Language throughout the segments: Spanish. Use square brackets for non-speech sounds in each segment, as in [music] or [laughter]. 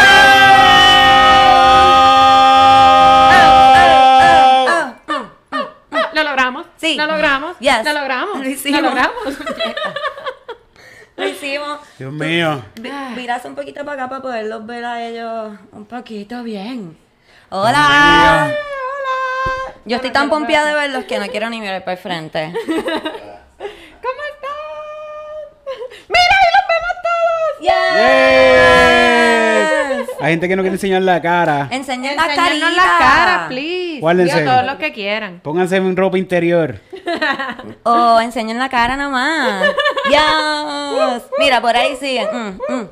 Ah, Yes. Lo [laughs] logramos. Lo hicimos. Lo logramos. Lo hicimos. Dios mío. Vi- Virás un poquito para acá para poderlos ver a ellos un poquito bien. ¡Hola! Yo estoy tan pompeada de verlos que no quiero ni mirar para el frente. ¿Cómo están? ¡Mira, ahí los vemos todos! ¡Yes! Hay gente que no quiere enseñar la cara. Enseñen la carita. Enseñarnos la cara, please. Guárdense. Digo, todo lo que quieran. Pónganse en ropa interior. Oh, enseñen la cara nomás. ¡Yes! Mira, por ahí siguen. Mm, mm.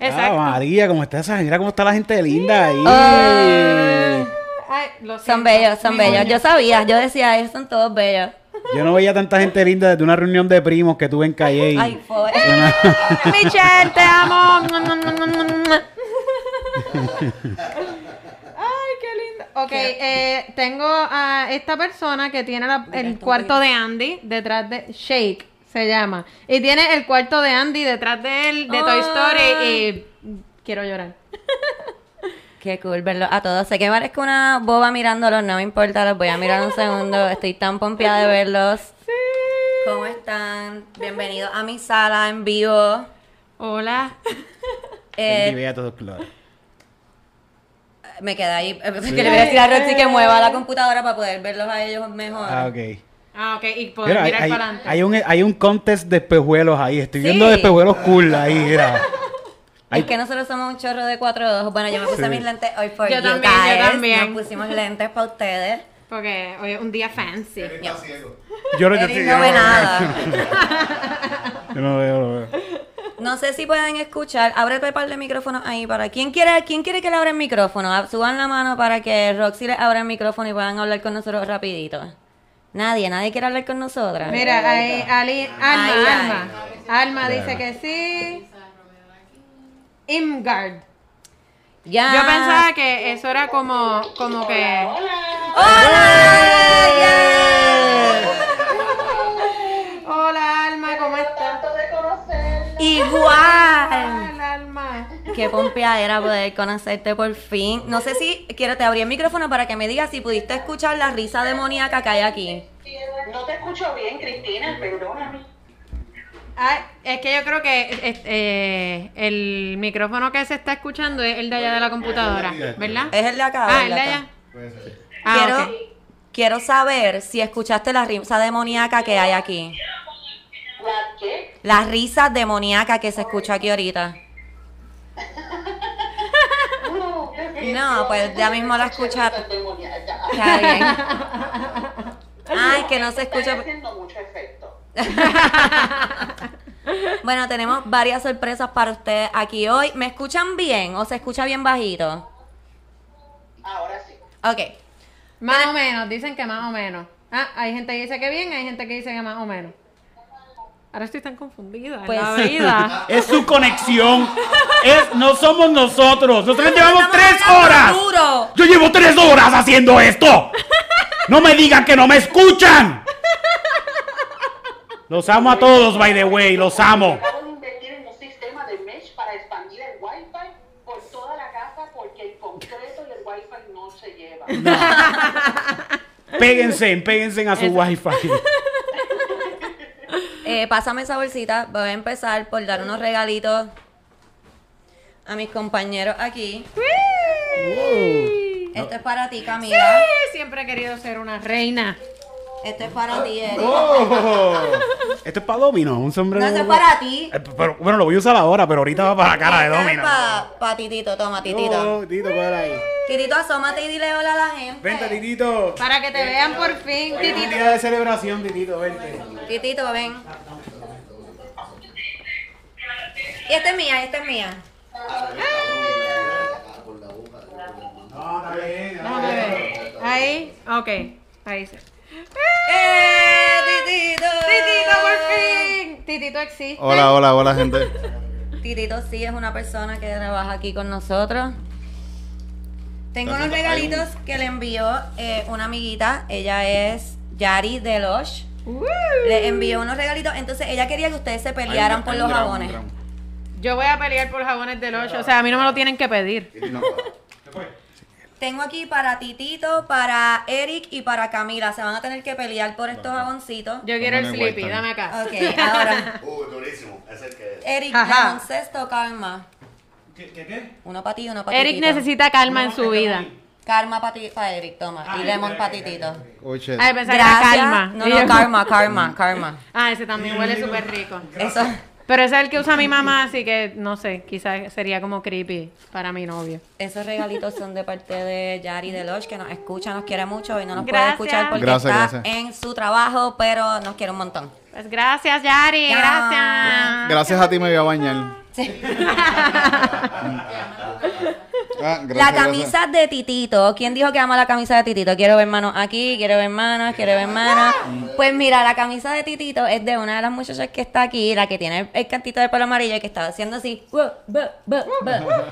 Exacto. Ah, María, cómo está esa, mira cómo está la gente linda ahí. Oh. Ay, lo Son siento. [laughs] bellos, son Mi bellos. uña. Yo sabía, yo decía, ellos son todos bellos. Yo no veía tanta gente linda desde una reunión de primos que tuve en Calle. y- Ay, pobre. Michelle, te amo. Ay, qué lindo. Ok, eh, tengo a esta persona que tiene la- el cuarto de Andy detrás de Shake, se llama. Y tiene el cuarto de Andy detrás de él, de Toy Story. Y quiero llorar. [laughs] Qué cool verlo a todos. Sé que parezco una boba mirándolos, no me importa, los voy a mirar un segundo. Estoy tan pompeada de verlos. ¿Cómo están? Bienvenidos a mi sala en vivo. Hola. Eh, Y veía todos colores. me quedé ahí. [laughs] eh, Que le voy a decir a Roxy que mueva la computadora para poder verlos a ellos mejor. Ah, ok. Ah, ok, y poder Mira, hay, mirar hay- para adelante. hay un, hay un contest de espejuelos ahí. Estoy Sí. viendo de espejuelos cool ahí, mira. Hay- Es que nosotros somos un chorro de cuatro ojos. Bueno, yo me puse Sí. mis lentes hoy por Yo you también, yo guys. también. Nos pusimos lentes para ustedes. Porque hoy es un día fancy. Yo lo Eric no ve nada. [laughs] Yo no veo, no veo. No sé si pueden escuchar. Abre el par de micrófonos ahí para. ¿Quién quiere, quién quiere que le abra el micrófono? Ah, Suban la mano para que Roxy les abra el micrófono y puedan hablar con nosotros rapidito. Nadie, nadie quiere hablar con nosotras. Mira, ahí, Ali, Alma, Ahí, Alma. Alma dice que sí. Imgard. Ya. Yo pensaba que eso era como, como que. ¡Hola! Hola, Alma, ¿cómo estás? Yes. Igual. Hola, Alma. Qué pompeadera era poder conocerte por fin. No sé si quiero te abrí el micrófono para que me digas si pudiste escuchar la risa demoníaca que hay aquí. No te escucho bien, Cristina, perdóname. Ay, es que yo creo que es- eh, el micrófono que se está escuchando es el de allá de la computadora, ¿verdad? Es el de acá. Ah, el el de de acá. allá. Ah, quiero, ok. quiero saber si escuchaste la risa demoníaca que hay aquí. ¿La qué? La risa demoníaca que se escucha aquí ahorita. No, bebé, No, yo pues ya mismo la escuché escuchaste. esa demoníaca. Está bien. [laughs] Ay, que no se escucha. Está haciendo mucho efecto. Bueno, tenemos varias sorpresas para ustedes aquí hoy. ¿Me escuchan bien o se escucha bien bajito? Ahora sí. Ok. Más o menos, dicen que más o menos. Ah, hay gente que dice que bien, hay gente que dice que más o menos. Ahora estoy tan confundida. en Pues la sí. [laughs] vida. Es su conexión. Es, no somos nosotros. Nosotros llevamos Estamos tres hablando horas. duro. Yo llevo tres horas haciendo esto. No me digan que no me escuchan. Los amo a todos, by the way. Los amo. Acabo de invertir en un sistema de mesh para expandir el Wi-Fi por toda la casa porque el concreto y el Wi-Fi no se llevan. Péguense, péguense a [laughs] su wifi. Eh, pásame esa bolsita. Voy a empezar por dar unos regalitos a mis compañeros aquí. Oh. Esto es para ti, Camila. Sí, [laughs] Siempre he querido ser una reina. Esto es para ti, Eric. Oh. Esto es para Domino, un sombrero. No, esto es para ti. Eh, pero- bueno, lo voy a usar ahora, pero ahorita va para la cara de Domino. Para Titito, toma, Titito. Oh, Titito, cuál ahí. Titito, asómate y dile hola a la gente. Vente, Titito. Para que te vean por fin, Un titito. día de celebración, Titito, vente. Titito, ven. Y esta es mía, esta es mía. No, está bien. Déjame ver. Ahí, ok. Ahí sí. ¡Eh, Titito! Titito, por fin. Titito existe. Hola, hola, hola, gente. Titito sí es una persona que trabaja aquí con nosotros. Tengo unos Entonces, hay regalitos que le envió eh, una amiguita. Ella es Yari Deloche. Uh. Le envió unos regalitos. Entonces ella quería que ustedes se pelearan por los jabones. [laughs] Yo voy a pelear por jabones del 8. O sea, a mí no me lo tienen que pedir. Tengo aquí para Titito, para Eric y para Camila. Se van a tener que pelear por estos jaboncitos. Yo quiero el Póngale Sleepy, vuelta. dame acá. [laughs] Ok, [laughs] ahora. Uh, durísimo. Es el que es. Eric, Ajá. dame un cesto, calma. ¿Qué, qué, qué? Uno para ti, uno para Eric necesita calma en su vida. Karma para ti, para Ah, Eric, toma. y lemon para Titito. Oh, shit. Ay, pensé que era Gracias. calma. No, Y no, yo- karma, karma, [laughs] karma. Ah, ese también huele súper rico. Eso. Pero ese es el que usa mi mamá, así que no sé, quizás sería como creepy para mi novio. Esos regalitos son de parte de Yari de Deloche, que nos escucha, nos quiere mucho y no nos Gracias. puede escuchar porque Gracias, está gracias. en su trabajo, pero nos quiere un montón. [laughs] Pues gracias, Yari, Ya. gracias. Gracias a ti me voy a bañar. Sí. Ah, gracias, la gracias. camisa de Titito. ¿Quién dijo que ama la camisa de Titito? Quiero ver manos aquí, quiero ver manos, quiero ver manos. Mm. Pues mira, la camisa de Titito es de una de las muchachas que está aquí, la que tiene el, el cantito de pelo amarillo y que estaba haciendo así. "Bu, bu, bu, bu".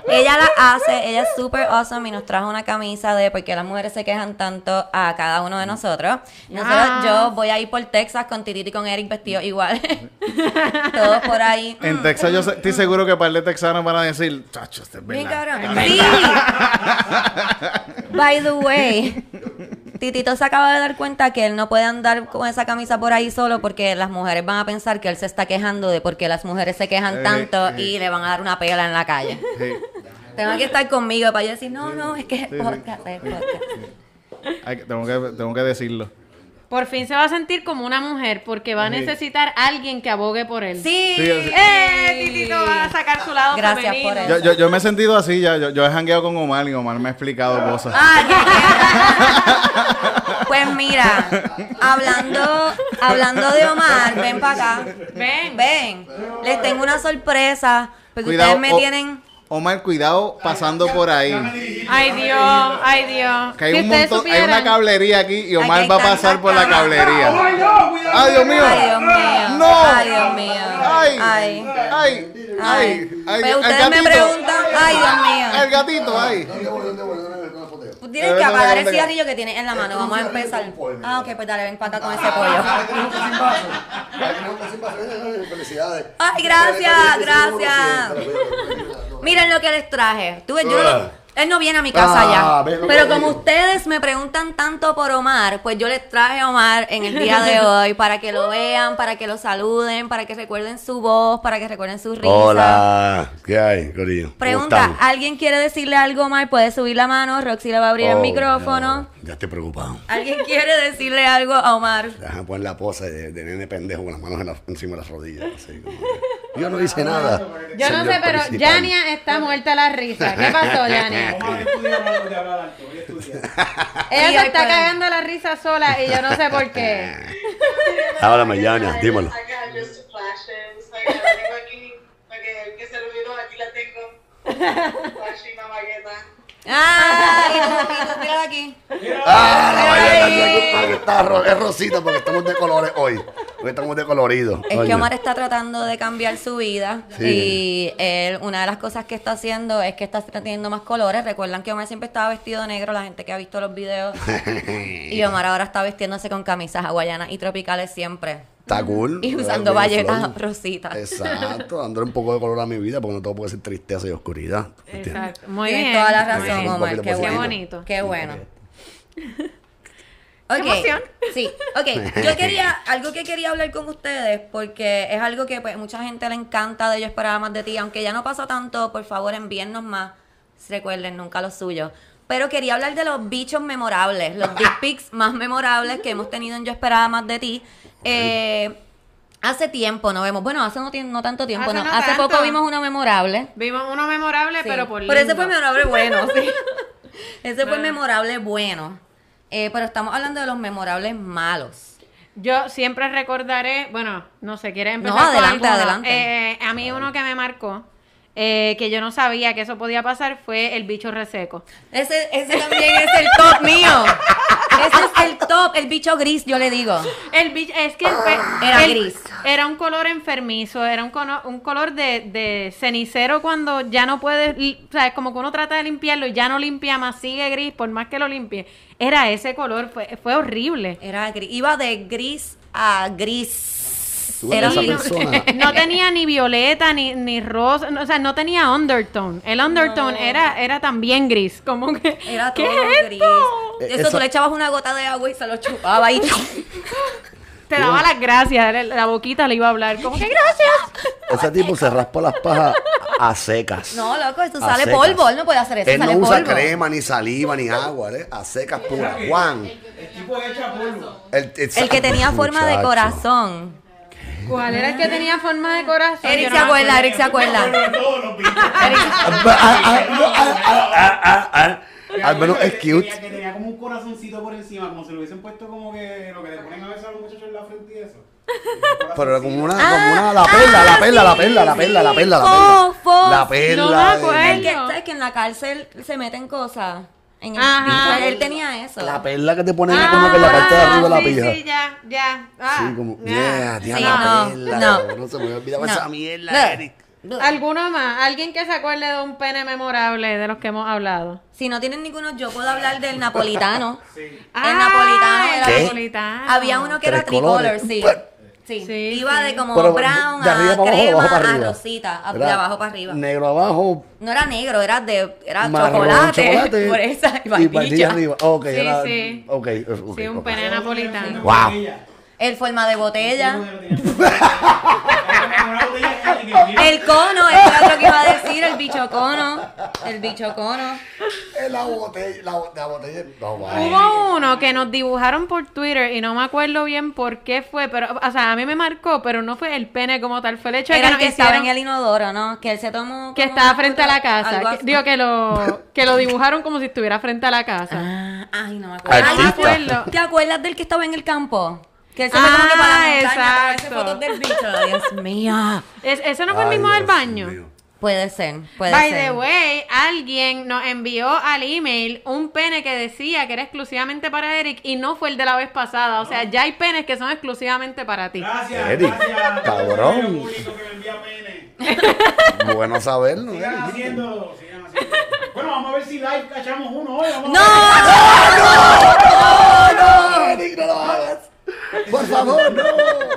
Ella la hace, ella es súper awesome y nos trajo una camisa de porque las mujeres se quejan tanto a cada uno de nosotros. Nosotros, Ah. yo voy a ir por Texas con Titito y con Eric vestidos igual. [laughs] Todos por ahí. En Texas yo se- estoy seguro que par de texanos van a decir, chacho, este es Bien verdad. cabrón. Sí. [laughs] By the way, Titito se acaba de dar cuenta que él no puede andar con esa camisa por ahí solo porque las mujeres van a pensar que él se está quejando de porque las mujeres se quejan Eh, tanto eh. y le van a dar una pela en la calle. Sí. Tengo que estar conmigo para yo decir, no, no, es que es sí, podcast, es podcast. Hay que- tengo, que, tengo que decirlo. Por fin se va a sentir como una mujer porque va a necesitar alguien que abogue por él. Sí. Sí, sí. ¡Eh! Titito va a sacar su lado Gracias femenino. por eso. Yo, yo, yo me he sentido así, ya. Yo, yo he jangueado con Omar y Omar me ha explicado cosas. Ah. [laughs] Pues mira, hablando, hablando de Omar, ven para acá. Ven. Ven. Les tengo una sorpresa. Porque ustedes me O- tienen. Omar, cuidado pasando por ahí. Ay Dios, ay Dios. Que hay Si un ustedes montón, hay una supieran- cablería aquí y Omar hay va a tantas pasar por la cámaras. cablería. ¡Ay, Dios mío! Ay, Dios mío. ¡No! Ay, Dios mío. ¡Ay! Ay. ¡Ay! ¡Ay! Ay. ¡Ay! Pero ¡El ustedes me gatito! preguntan. Ay, Dios ¡El mío. gatito! ¡Ay! ¿Dónde voy? ¿Dónde voy? ¿Dónde voy? ¿Dónde foteo? Tienes Ven, que ven, apagar ven, el ven. cigarrillo que tienes en la mano. Vamos a empezar. Ah, ok, pues dale, ven para acá con ese pollo. Ah, tenemos que sin vaso. Ah, tenemos que sin vaso. Eh, eh, Felicidades. Ay, gracias, gracias. gracias. Miren lo que les traje. Tú ves, yo no- Ah. él no viene a mi casa ya. Ah, ves lo Pero que como digo. ustedes me preguntan tanto por Omar, pues yo les traje a Omar en el día de [laughs] hoy para que lo vean, para que lo saluden, para que recuerden su voz, para que recuerden su risa. Hola, ¿qué hay, Corillo? ¿Cómo Pregunta, están? ¿alguien quiere decirle algo a Omar? Puede subir la mano, Roxy le va a abrir el Oh, micrófono. Ya, estoy preocupado. ¿Alguien quiere decirle algo a [laughs] Omar? Deja poner la pose de, de nene pendejo con las manos en la- encima de las rodillas. así como que, Yo no hice nada. Yo no sé, señor pero principal. Yania está muerta de la risa. ¿Qué pasó, [laughs] Yania? Omar estudia más de hablar alto. Él estudia. Ella Y se hoy está pueden- cagando la risa sola y yo no sé por [laughs] qué. Háblame, Yania, dímelo. I got Mr. Flashes. I got- tengo aquí, ok, que se lo olvidó, aquí [laughs] la tengo. Flash y mamá gueta. ¡Ah! y tú, y tú, mírala aquí. ¡Ah, la Ay. ballena! tío, aquí está ro- Es rosita porque estamos de colores hoy. Hoy estamos de colorido. Es que coño. Omar está tratando de cambiar su vida Sí. y él, una de las cosas que está haciendo es que está teniendo más colores. Recuerdan que Omar siempre estaba vestido de negro, la gente que ha visto los videos. Y Omar ahora está vistiéndose con camisas hawaianas y tropicales siempre. Está cool. Y usando Bien ballenas flow. rositas. Exacto, dándole un poco de color a mi vida porque no todo puede ser tristeza y oscuridad. ¿entiendes? Exacto. Muy Tienes bien. toda la muy razón, bien. Omar. Qué Qué bueno. bonito. Qué bueno. [laughs] Ok. emoción. Sí, ok. [laughs] Yo quería, algo que quería hablar con ustedes, porque es algo que pues mucha gente le encanta de Yo Esperaba Más de Ti, aunque ya no pasa tanto, por favor envíennos más, recuerden nunca los suyos. Pero quería hablar de los bichos memorables, [laughs] los dick pics más memorables que hemos tenido en Yo Esperaba Más de Ti. Eh, hace tiempo no vemos, bueno, hace no, tien- no tanto tiempo, Hace no. no hace tanto. poco vimos una memorable. Vimos uno memorable, Sí, pero por lindo. Pero ese fue memorable [laughs] bueno, sí. Ese fue memorable bueno. Eh, pero estamos hablando de los memorables malos. Yo siempre recordaré, bueno, no sé, ¿quieres empezar? No, con adelante, alguno? adelante. Eh, a mí uno que me marcó, eh, que yo no sabía que eso podía pasar, fue el bicho reseco. Ese, ese también es el [laughs] top mío. Ese es el top, el bicho gris, yo le digo. El bicho, es que el pe- Era el- gris. Era un color enfermizo, era un, cono- un color de, de cenicero cuando ya no puedes, li- o sea, es como que uno trata de limpiarlo y ya no limpia más, sigue gris por más que lo limpie. Era ese color, fue, fue horrible. Era gris. Iba de gris a gris. Tú Era eres esa mi- persona. [laughs] No tenía ni violeta, ni, ni rosa, no, o sea, no tenía undertone. El undertone era, era también gris, como que... [laughs] Era ¿qué todo es gris. esto? Eh, Eso, eso- tú le echabas una gota de agua y se lo chupaba [laughs] y Te daba las gracias, la- la boquita le iba a hablar, como que gracias. Ese tipo se raspa las pajas a a secas. No, loco, eso A sale secas. polvo, él no puede hacer eso, Él no sale usa polvo. crema, ni saliva, ni agua, ¿eh? A secas pura. Juan. El tipo echa polvo. El, El que tenía forma de Muchacho. corazón. ¿Cuál era el que tenía forma de corazón? Eric se Yo no me acuerda, acuerdo. Eric se acuerda. [laughs] Ah, ah, ah, ah, ah, ah, ah, ah. Al menos es Tenía, cute. que tenía como un corazoncito por encima, como si lo hubiesen puesto como que lo que le ponen a veces a los muchachos en la frente y eso. Pero era como una, como una, la perla, la perla, la perla, la perla, la perla, la perla. Ah, Fofo. La No me perla. acuerdo. de- El que, ¿Sabes que en la cárcel se meten cosas? En el Ajá. piso, él tenía eso. La perla que te ponen Ah, como que en la parte de arriba de la Ah, sí, pija. Sí, ya, ya. Ah, Sí, como, ya. yeah, tía, Sí, la no, perla. no. cabrón, No se me había olvidado No. esa mierda, Bleh. Eric. ¿Alguno más? ¿Alguien que se acuerde de un pene memorable de los que hemos hablado? Si no tienen ninguno, yo puedo hablar del [laughs] napolitano. Ah, El napolitano era ¿Qué? napolitano. Había uno que era Tres colores. Pues, tricolor, sí. Sí. Sí, Iba de como Pero brown de arriba a para abajo, de crema abajo para a arriba. rosita, a- de Era abajo para arriba. Negro abajo, No era negro, era de era marrón, chocolate, chocolate, [laughs] por esa y y vainilla vainilla. arriba. Ok, Sí, era- sí. ok, ok, Sí, un ok. pene napolitano. Wow. El forma de botella. Ella. El cono, eso era lo que iba a decir, el bicho cono. El bicho cono. Eh, La botella, la, bo- la botella. No, vaya. Hubo uno que nos dibujaron por Twitter y no me acuerdo bien por qué fue, pero, o sea, a mí me marcó, pero no fue el pene como tal, fue el hecho de que Era el nos que estaba en hicieron- el inodoro, ¿no? Que él se tomó. que como estaba una frente a fruta, la casa. algo que- así. digo que lo, [laughs] que lo dibujaron como si estuviera frente a la casa. Ah, ay, no me acuerdo. Artista. Ay, ¿te acuerdas- Acuerdo. ¿Te acuerdas del que estaba en el campo? Que él se fue Ah, como que para la montaña a tomarse exacto. fotos del [laughs] bicho. Dios mío. Es- ese no fue el Ay, mismo del Dios baño. mío. Puede ser, puede By ser. the way, alguien nos envió al email un pene que decía que era exclusivamente para Eric y no fue el de la vez pasada. O sea, ya hay penes que son exclusivamente para ti. Ah. Gracias, Eric, gracias. cabrón. Al público que me envía pene. Bueno saberlo, Sigan Eric. haciéndolo, sigan haciéndolo. Bueno, vamos a ver si live cachamos uno hoy. [laughs] vamos a ver. ¡No! [laughs] ¡No, Eric, no lo hagas! ¡Por [laughs] favor, no!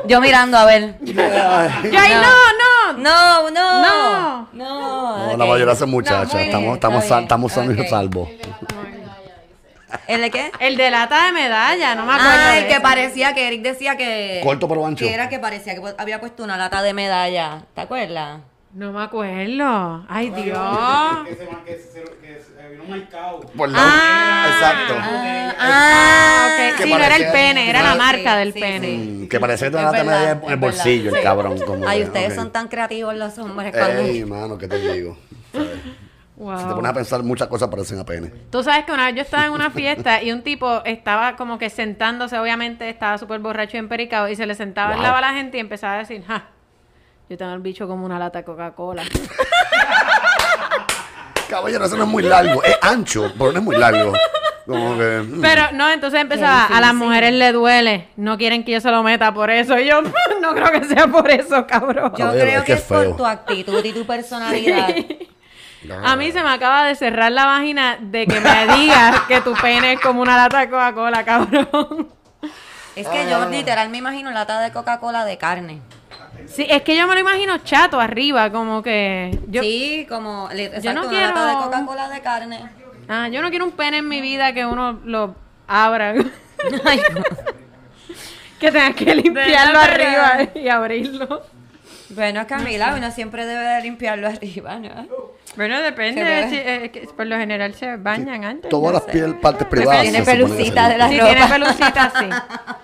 Yo mirando, a ver. Ay. Yo ahí no, no. No, no. No. No. No, ok. la mayoría son muchachas. muy bien, estamos estamos, está sal- bien. estamos sanos y Ok. salvos. ¿El de qué? El de lata de medalla, no me acuerdo. Ah, de el que eso. parecía que Eric decía que. Corto pero ancho. Que era que parecía que había puesto una lata de medalla. ¿Te acuerdas? No me acuerdo. Ay, Dios. Que se van- que se- que se- vino marcado. Por la- Exacto. Ah, Ah, ok. Que Sí, no era el parecía- pene, era la marca Sí, del sí, pene. sí. Mm, Que parece que te Es van a verdad, tener en es el verdad. bolsillo, el Sí. cabrón. como Ay, que, ustedes ok. son tan creativos los hombres. Ey, cuando- mano, ¿qué te digo? ¿Sabes? Wow. Oh. Si te pones a pensar, muchas cosas parecen a pene. Tú sabes que una vez yo estaba en una fiesta y un tipo estaba como que sentándose, obviamente estaba súper borracho y empericado, y se le sentaba al Wow. lado a la gente y empezaba a decir, ja, yo tengo el bicho como una lata de [laughs] Coca-Cola. Caballero, eso no es muy largo. Es ancho, pero no es muy largo. Como que. mm. Pero no, entonces empezaba, a las mujeres le duele, no quieren que yo se lo meta por eso. Y yo, [laughs] no creo que sea por eso, cabrón. Yo Caballero, creo es que que es es feo. por tu actitud y tu [laughs] personalidad. A mí se me acaba de cerrar la vagina de que me digas que tu pene es como una lata de Coca-Cola, cabrón. Es que Ah. yo literal me imagino lata de Coca-Cola de carne. Sí, es que yo me lo imagino chato arriba, como que... Yo, sí, como le- exacto, no una quiero- lata de Coca-Cola de carne. Ah, yo no quiero un pene en mi vida que uno lo [laughs] abra. [laughs] que tengas que limpiarlo arriba y abrirlo. Bueno, Camila, uno siempre debe de limpiarlo [laughs] arriba, Mm. ¿no? Bueno, depende. Se ve. si- eh, que por lo general se bañan antes. Todas no las sé. Pues, piel- partes privadas. Tiene se supone que se pelucita de la Si ropa. [laughs] tiene pelucita, sí. Sí,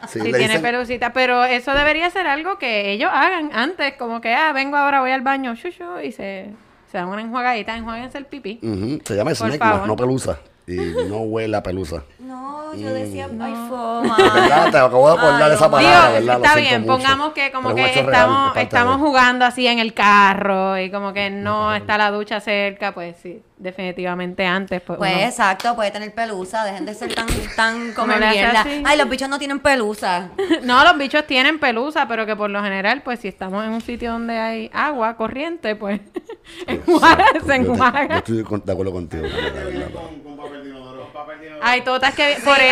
Si le tiene dicen- pelucita. Pero eso debería ser algo que ellos hagan antes. Como que, ah, vengo ahora, voy al baño, chuchu, y se, se dan una enjuagadita, enjuáguense el pipí. Ujú, Se llama Por snack, favor. no pelusa. Y no huele a [laughs] pelusa. No, yo decía, ay, foma. ¿Verdad? Te acabo de acordar Ay, de esa Dios mío. palabra, ¿verdad? Lo está siento bien, mucho. pongamos que como Pero que es un hecho real, es estamos, parte estamos de- jugando así en el carro y como que no está la ducha cerca, pues sí, definitivamente antes. Pues, Pues uno- exacto, puede tener pelusa, dejen de [laughs] ser tan, tan como No le hace mierda. así. Ay, los bichos no tienen pelusa. [laughs] No, los bichos tienen pelusa, pero que por lo general, pues si estamos en un sitio donde hay agua corriente, pues [laughs] enjuaga, Exacto, se yo te- Yo enjuaga. estoy con- de acuerdo contigo. la verdad, la verdad. Con, con papel de inodoro. Papel de inodoro. Hay totas que... Por ah,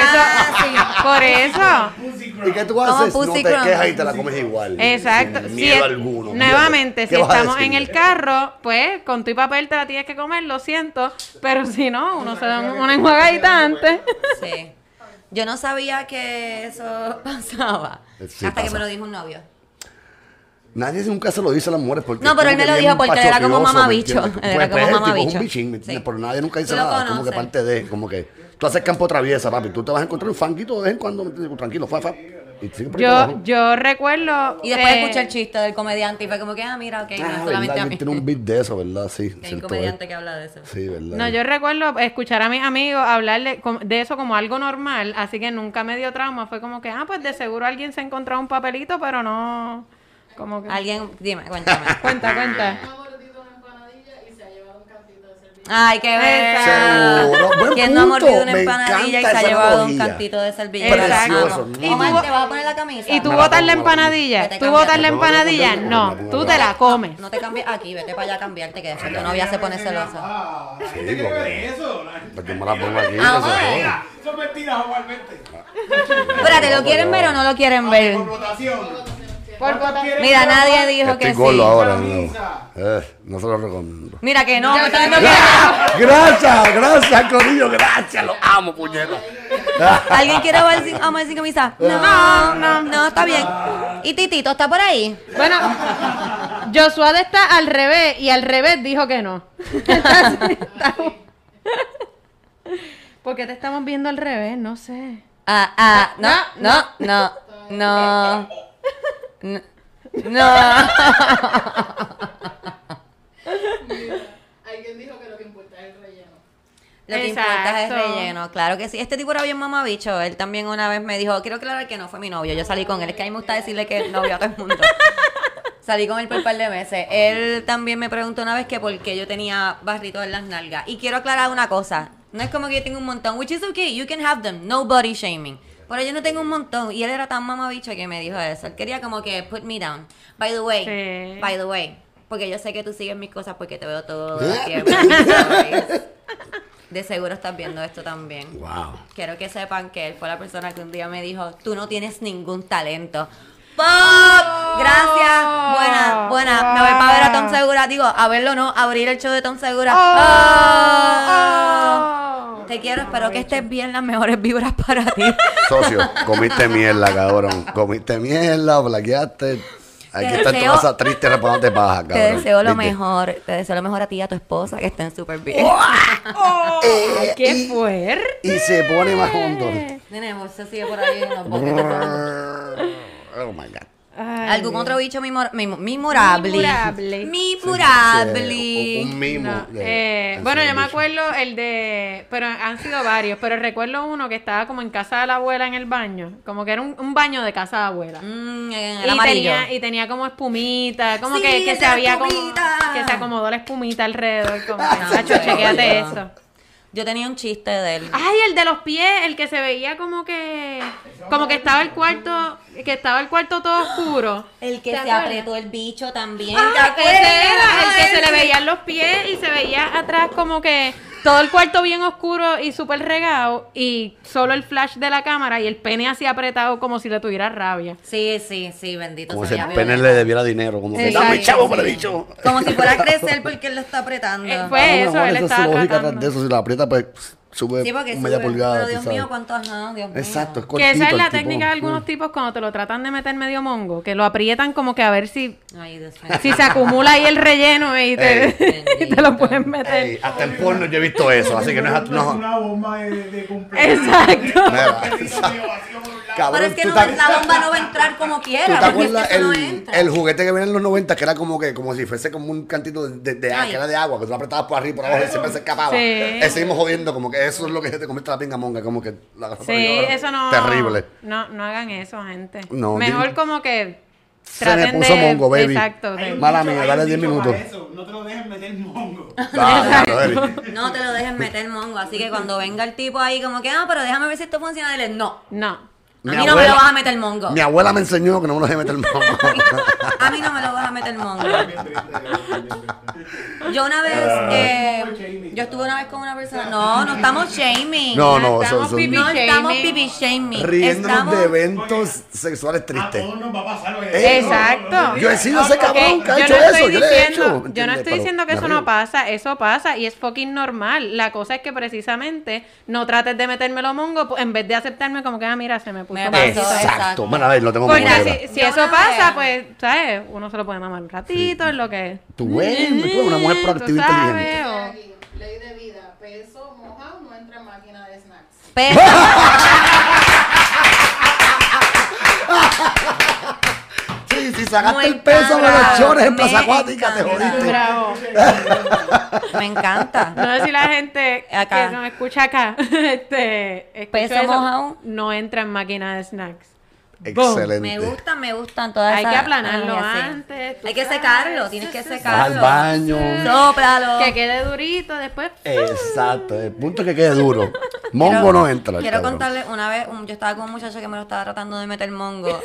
eso, por eso, Pussy ¿Y qué tú Como haces? No Pussy te Crumb. quejas y te la comes igual. Exacto. Sin Si miedo es- alguno. Nuevamente, Fíjate. si ¿Qué vas a estamos en decir? el carro, pues con tu y papel te la tienes que comer, lo siento. Pero si no, uno se da un- una enjuagadita antes. [laughs] Sí. Yo no sabía que eso [laughs] pasaba. Sí, hasta que pasa. me lo dijo un novio. Nadie nunca se lo dice a las mujeres porque. No, pero es él me lo como que dijo bien porque él era como pachofioso, ¿me mamabicho. entiendes? Él era Pues, como pues, el tipo es mamabicho. un bichín, ¿me entiendes? Sí. Pero nadie nunca dice Tú lo nada. Como que conoces. parte de. Como que. Tú haces campo traviesa, papi. Tú te vas a encontrar un fanguito de vez en cuando. ¿me entiendes? Tranquilo, fa, fa. Y siempre para abajo. Ah, Yo, yo recuerdo. Y después eh, escuché el chiste del comediante y fue como que, ah, mira, ok, no es Ah, solamente verdad, a alguien mí. [laughs] tiene un eh. beat de eso, ¿verdad? Que Sí. Hay un cierto comediante que habla de eso. es. Sí, ¿verdad? No, yo recuerdo escuchar a mis amigos hablarle com- de eso como algo normal, así que nunca me dio trauma. Fue como que, ah, pues de seguro alguien se encontró un papelito, pero no. Como que. Alguien, dime, [laughs] cuéntame. Cuenta, [laughs] cuenta. Ay, qué bella. Seguro. Buen ¿Quién no ha punto. mordido una Me empanadilla y se encanta ha esa llevado un analogía. cantito de servilleta? Precioso. Vamos. Mm. Omar, ¿te vas a poner la camisa? ¿Y tú botas Me la pongo, la me la empanadilla? pongo. ¿Tú botas la Me la pongo, empanadilla? me la pongo, No, me la tú pongo. te la comes. No te cambies aquí, vete para allá a cambiarte, que después tu novia se pone celosa. Ah, la gente Sí, que porque- ve eso. la gente- Pues yo me la pongo aquí. Ah, que se bueno. joda. Son mentiras, Omar, vente. Espérate, ¿lo quieren ver o Ah, no lo quieren ver? Por votación. Por votar- Mira, nadie dijo Estoy que gordo sí. ahora. No. Camisa. Eh, no se lo recomiendo. Mira que no, me está dando que- ¡Ah! Gracias, gracias, Corillo, gracias, lo amo, puñeta. ¿Alguien quiere ver sin, Omar sin camisa? Ah. No, no, no, está bien. ¿Y Titito está por ahí? Bueno, Josuada está al revés y al revés dijo que no. Estamos- ¿Por qué te estamos viendo al revés? No sé. Ah, ah, no, no, no, no, no, no. [laughs] Alguien dijo que lo que importa es el relleno. Lo que importa es el Exacto. relleno, claro que sí. Este tipo era bien mamabicho. Él también una vez me dijo, quiero aclarar que no fue mi novio. Yo salí con él, es que a mí me gusta decirle que es novio a todo el mundo. salí con él por un par de meses. Él también me preguntó una vez que por qué yo tenía barritos en las nalgas. Y quiero aclarar una cosa. No es como que yo tengo un montón, which is okay, you can have them, no body shaming. Pero yo no tengo un montón. Y él era tan mamabicho que me dijo eso. Él quería como que put me down. By the way, Sí. by the way. Porque yo sé que tú sigues mis cosas porque te veo todo el tiempo. ¿sabes? De seguro estás viendo esto también. Wow. Quiero que sepan que él fue la persona que un día me dijo, tú no tienes ningún talento. ¡Pop! Gracias. Buena, buena. Me voy para ver a Tom Segura. Digo, a verlo no, a abrir el show de Tom Segura. ¡Oh! Te quiero, espero que estés bien, las mejores vibras para [laughs] ti. Socio, comiste mierda, cabrón. Comiste mierda, blaqueaste. Hay que Te estar en tu deseo- casa triste repagándote baja, cabrón. Te deseo lo ¿Viste? mejor. Te deseo lo mejor a ti y a tu esposa, que estén súper bien. Eh, Oh. ¡Qué y- fuerte! Y se pone más hondo. Nene, se sigue por ahí en los boquetes. oh my God. ¿Algún otro bicho mimor- mimo- memorable? Memorable. Sí, eh, Memorable. Un mimo. No, de- eh, bueno, yo me de- acuerdo el de. Pero han sido varios, pero recuerdo uno que estaba como en casa de la abuela en el baño. Como que era un, un baño de casa de abuela. Mm, en el Y amarillo. tenía, y tenía como espumita, como Sí, que, que se la había como, espumita. que se acomodó la espumita alrededor. Como que, Ah, "Nacho, bueno. chequéate eso. Yo tenía un chiste de él. Ay, el de los pies, el que se veía como que, como que estaba el cuarto, que estaba el cuarto todo oscuro. El que ¿Te se acuerdas? apretó el bicho también. ¿te Ah, ese acuerdas? era el que se le Ay, veían los pies y se veía atrás como que todo el cuarto bien oscuro y súper regado y solo el flash de la cámara y el pene así apretado como si le tuviera rabia. Sí, sí, sí, bendito Como si sea el ya. pene le debiera dinero. Como que, Exacto, dame chavo para sí. el bicho. Como si [laughs] fuera a crecer porque él lo está apretando. Eh, fue- A lo eso, mejor él esa es estaba su lógica atrás tratando. de eso. Si la aprieta, pues sube sí, porque media sube. pulgada. Pero tú Dios sabes. mío, cuánto ajá, Dios mío. Exacto, es Que cortito. esa es la el tipo. Mm. técnica de algunos tipos cuando te lo tratan de meter medio mongo, que lo aprietan como que a ver si, Ay, Dios si mío. se acumula ahí el relleno y te, Ey, [laughs] y te lo bendito. pueden meter. Ey, hasta en porno yo he visto eso, así que no es. Es No, una bomba de, de cumpleaños. Exacto. Mira, Pero es cabrón, que tú no, te- la bomba no va a entrar como ¿Tú quiera. te Porque es que acuerdas eso no el, entra. el juguete que venía en los 90 que era como que como si fuese como un cantito de, de, de- Ay. que era de agua que tú lo apretabas por arriba y por abajo y siempre se escapaba? Sí. Eh, Seguimos jodiendo como que eso es lo que te comiste la pinga monga, como que la agarras por Sí, ahí ahora. eso no. [laughs] Terrible. No, no hagan eso, gente. No, Mejor di- como que Se me traten puso de. mongo, baby. Exacto. de- Hay un Mala dicho- mía, hay dale un 10 dicho para minutos. eso, No te lo dejes meter [laughs] mongo. Ah, claro, Eli. No te lo dejes meter mongo. Así que cuando venga el tipo ahí como que, ah, pero déjame ver si esto funciona, dile, no. No. A Mi mí no me abuela- lo vas a meter mongo. Mi abuela me enseñó que no me lo dejé meter el mambo. A mí no me lo vas a meter mongo. Yo una vez, Ah. eh, yo estuve una vez con una persona. No, no estamos shaming. No, no, estamos eso, eso- pipi- No estamos shaming. pipi shaming. riéndonos Estamos- de eventos sexuales A tristes. todos nos va a pasar. oye. Eh, Exacto. Yo he sido ese Ok, cabrón que ha yo hecho no eso. estoy Yo le he hecho. diciendo- yo no ¿entiendes? estoy Pero diciendo que me eso río. no pasa, eso pasa y es fucking normal. La cosa es que precisamente no trates de metérmelo mongo pues, en vez de aceptarme como que, ah, mira, se me puso Me mal. pasó. Exacto. Exacto. Bueno, a ver, lo tengo muy Porque claro. Pues si, si Yo eso una pasa, vez- pues, ¿sabes? Uno se lo puede mamar un ratito, es lo que... Tú ves, tú eres una mujer Mm, proactiva tú sabes, inteligente. o- Aquí, ley de vida, peso mojado no entra en máquina de snacks. Pero, [laughs] Sí, si sacaste Muy el peso de cabrón, los chores en me Plaza Acuática, te encanta. jodiste. Bravo. [laughs] me encanta. No sé si la gente Acá. que nos escucha acá [laughs] este, escuchó Peso eso, mojado. no entra en máquina de snacks. Me [laughs] Excelente. gustan, me gustan todas Hay esas. que aplanarlo Ay, así. antes, tú Hay que sabes. secarlo, tienes que Vas al secarlo. baño. Sóplalo. Que quede durito después. Eh, Exacto, el punto es que quede duro. Mongo Quiero- no entra. el Quiero cabrón. contarle una vez, un- yo estaba con un muchacho que me lo estaba tratando de meter [laughs] mongo.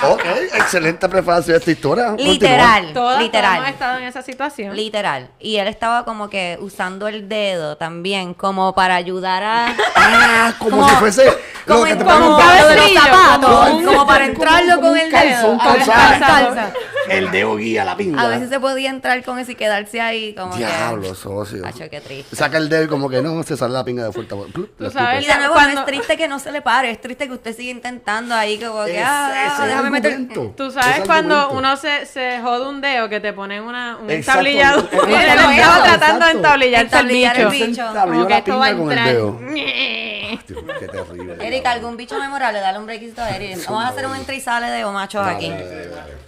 Ok, excelente preparación de esta historia. Continúa. literal, Todas, todas hemos literal. estado en esa situación. Literal. Y él estaba como que usando el dedo también, como para ayudar a. Ah, como, Como- si fuese como [laughs] lo que te como ponen un para- palo de los Calzoncillo, zapatos. como Como, para entrarlo como con un el calzón, dedo. A ver, calzado. calza. El dedo guía la pinga. A veces se podía entrar con eso y quedarse ahí como Diablo, que. socio. Acho, qué triste. Saca el dedo y como que no, se sale la pinga de fuerte. Plup, Tú la sabes Y escupe. de nuevo, Cuando- no es triste que no se le pare, es triste que usted sigue intentando ahí como que, Ese- ah, ese es el déjame meter... argumento. Tú Ese sabes es cuando argumento. uno se, se jode un dedo que te ponen una, un Exacto. entablillado. [laughs] Exacto, Él estaba tratando de exacto. entablillarse el Entabrillar bicho. el bicho. Se entablilló Como que la esto va a pinga con el entrar. [laughs] dedo. Dios, qué terrible. Erika, algún bicho memorable, dale un brequito a Erika. Vamos a hacer un entre y sale de machos aquí.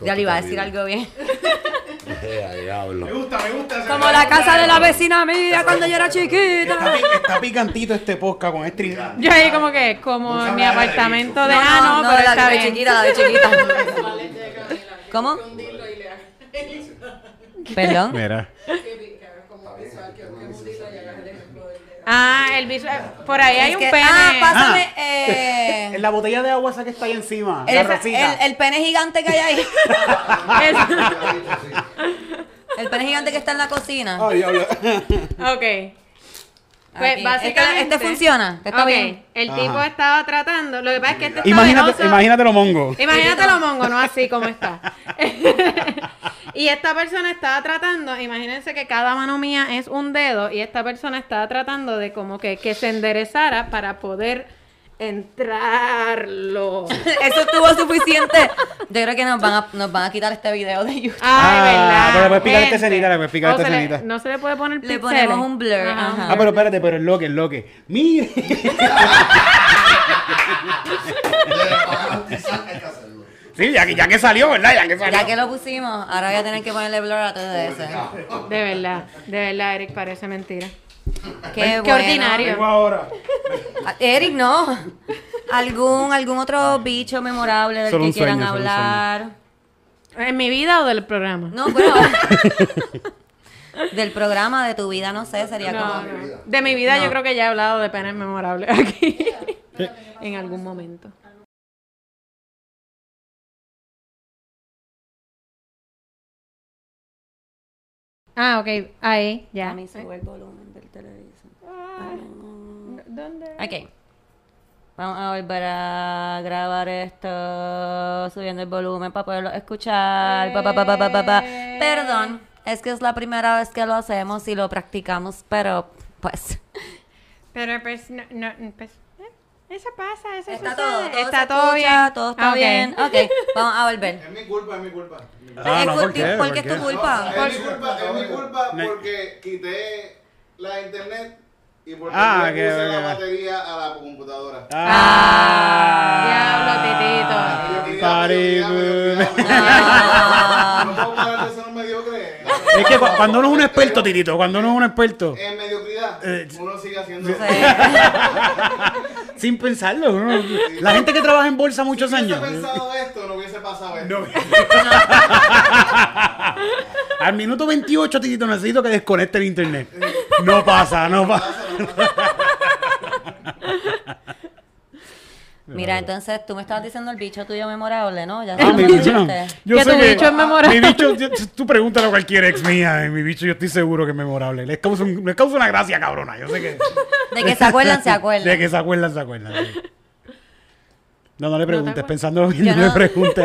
Ya le iba a decir algo bien. [laughs] Ea, diablo. Me gusta, me gusta. ese- Como la casa de la vecina mía cuando yo era Está, chiquita. pi- está picantito este podcast con este ingrediente. Yo ahí como que, como en mi Mucha madre, apartamento bicho. de ah, no, pero la está de bien. chiquita, la de chiquita. Les llega, mira, que ¿Cómo? un dildo y le hagan- Perdón. Mira. que- que hagan como un visual, que busquen un dildo y hagan el ejemplo del dedo. [laughs] Ah, el bicho. Por ahí hay Es un que- pene. Ah, pásame Ah. eh, En la botella de agua esa que está ahí encima. el, [laughs] la rosita. el- el pene gigante que hay [laughs] ahí. [laughs] [laughs] Es- El pene gigante que está en la cocina. [laughs] Ay, diablo. ok. Pues Aquí. básicamente. Este, este funciona. Está Ok, bien. [laughs] El tipo estaba tratando. Lo que pasa es que este está Imagínate, venoso. imagínate lo mongo. Imagínate lo mongo, no así como está. [laughs] y esta persona estaba tratando, imagínense que cada mano mía es un dedo y esta persona estaba tratando de como que, que se enderezara para poder entrarlo. Eso estuvo suficiente. Yo creo que nos van a, nos van a quitar este video de YouTube. Ay, verdad. Ah, pero le puedes picar esta gente. escenita, le puedes picar O esta se le- escenita. No se le puede poner Le píxeles. ponemos un blur, ajá. Ah, pero espérate, pero el loque, el loque. [laughs] Mire. Sí, ya que, ya que salió, ¿verdad? Ya que Ah, salió. Ya que lo pusimos, ahora voy a tener que ponerle blur a todo eso. De verdad, de verdad, Eric, parece mentira. Qué, Qué bueno. ordinario. Vengo ahora. Ah, Eric, no. ¿Algún, algún otro bicho memorable del Solo que un quieran sueño, solo un sueño. hablar? ¿En mi vida o del programa? [laughs] No, bueno. del programa de tu vida, no sé, sería No, como. no. De mi vida No. yo creo que ya he hablado de penes memorables aquí. [laughs] en algún momento. Ah, ok. Ahí, ya. sube el volumen del televisor. ¿Dónde? Ok. Vamos a volver a grabar esto, subiendo el volumen para poderlo escuchar. Pa, pa, pa, pa, pa, pa, pa. Perdón, es que es la primera vez que lo hacemos y lo practicamos, pero pues... Pero pues, no, no, pues, eh, eso pasa, eso Está sucede. todo, todo está se escucha, todo bien. Ah, todo está Ok. bien. Ok, vamos a volver. Es mi culpa, es mi culpa. Ah, Ah, Es culpa- porque es tu culpa. Es mi culpa, es mi culpa porque quité la internet y porque Ah, le que- puse que- la batería a la computadora. Ah, diablo, titito. [laughs] Ah. No puedo parar de ser un mediocre. Es que cu- cuando uno es un experto, Titito, cuando uno es un experto, En mediocridad, Eh, uno sigue haciendo. No sé. sin pensarlo, uno- la gente que trabaja en bolsa muchos Si años, hubiese pensado esto, no hubiese pasado esto. al minuto 28, Titito, necesito que desconecte el internet. No pasa, no pasa. Mira, entonces tú me estabas diciendo el bicho tuyo memorable, ¿no? Ya Ah, sabes mi lo que bicho. dijiste. Yo Que sé tu bicho es memorable. Mi bicho, yo- tú pregúntalo a cualquier ex mía, eh, mi bicho yo estoy seguro que es memorable. Les causa, un- les causa una gracia cabrona, yo sé que... De que se acuerdan, se acuerdan. [laughs] De que se acuerdan, se acuerdan. sí. No, no le preguntes, pensándolo bien, Yo no, le no- preguntes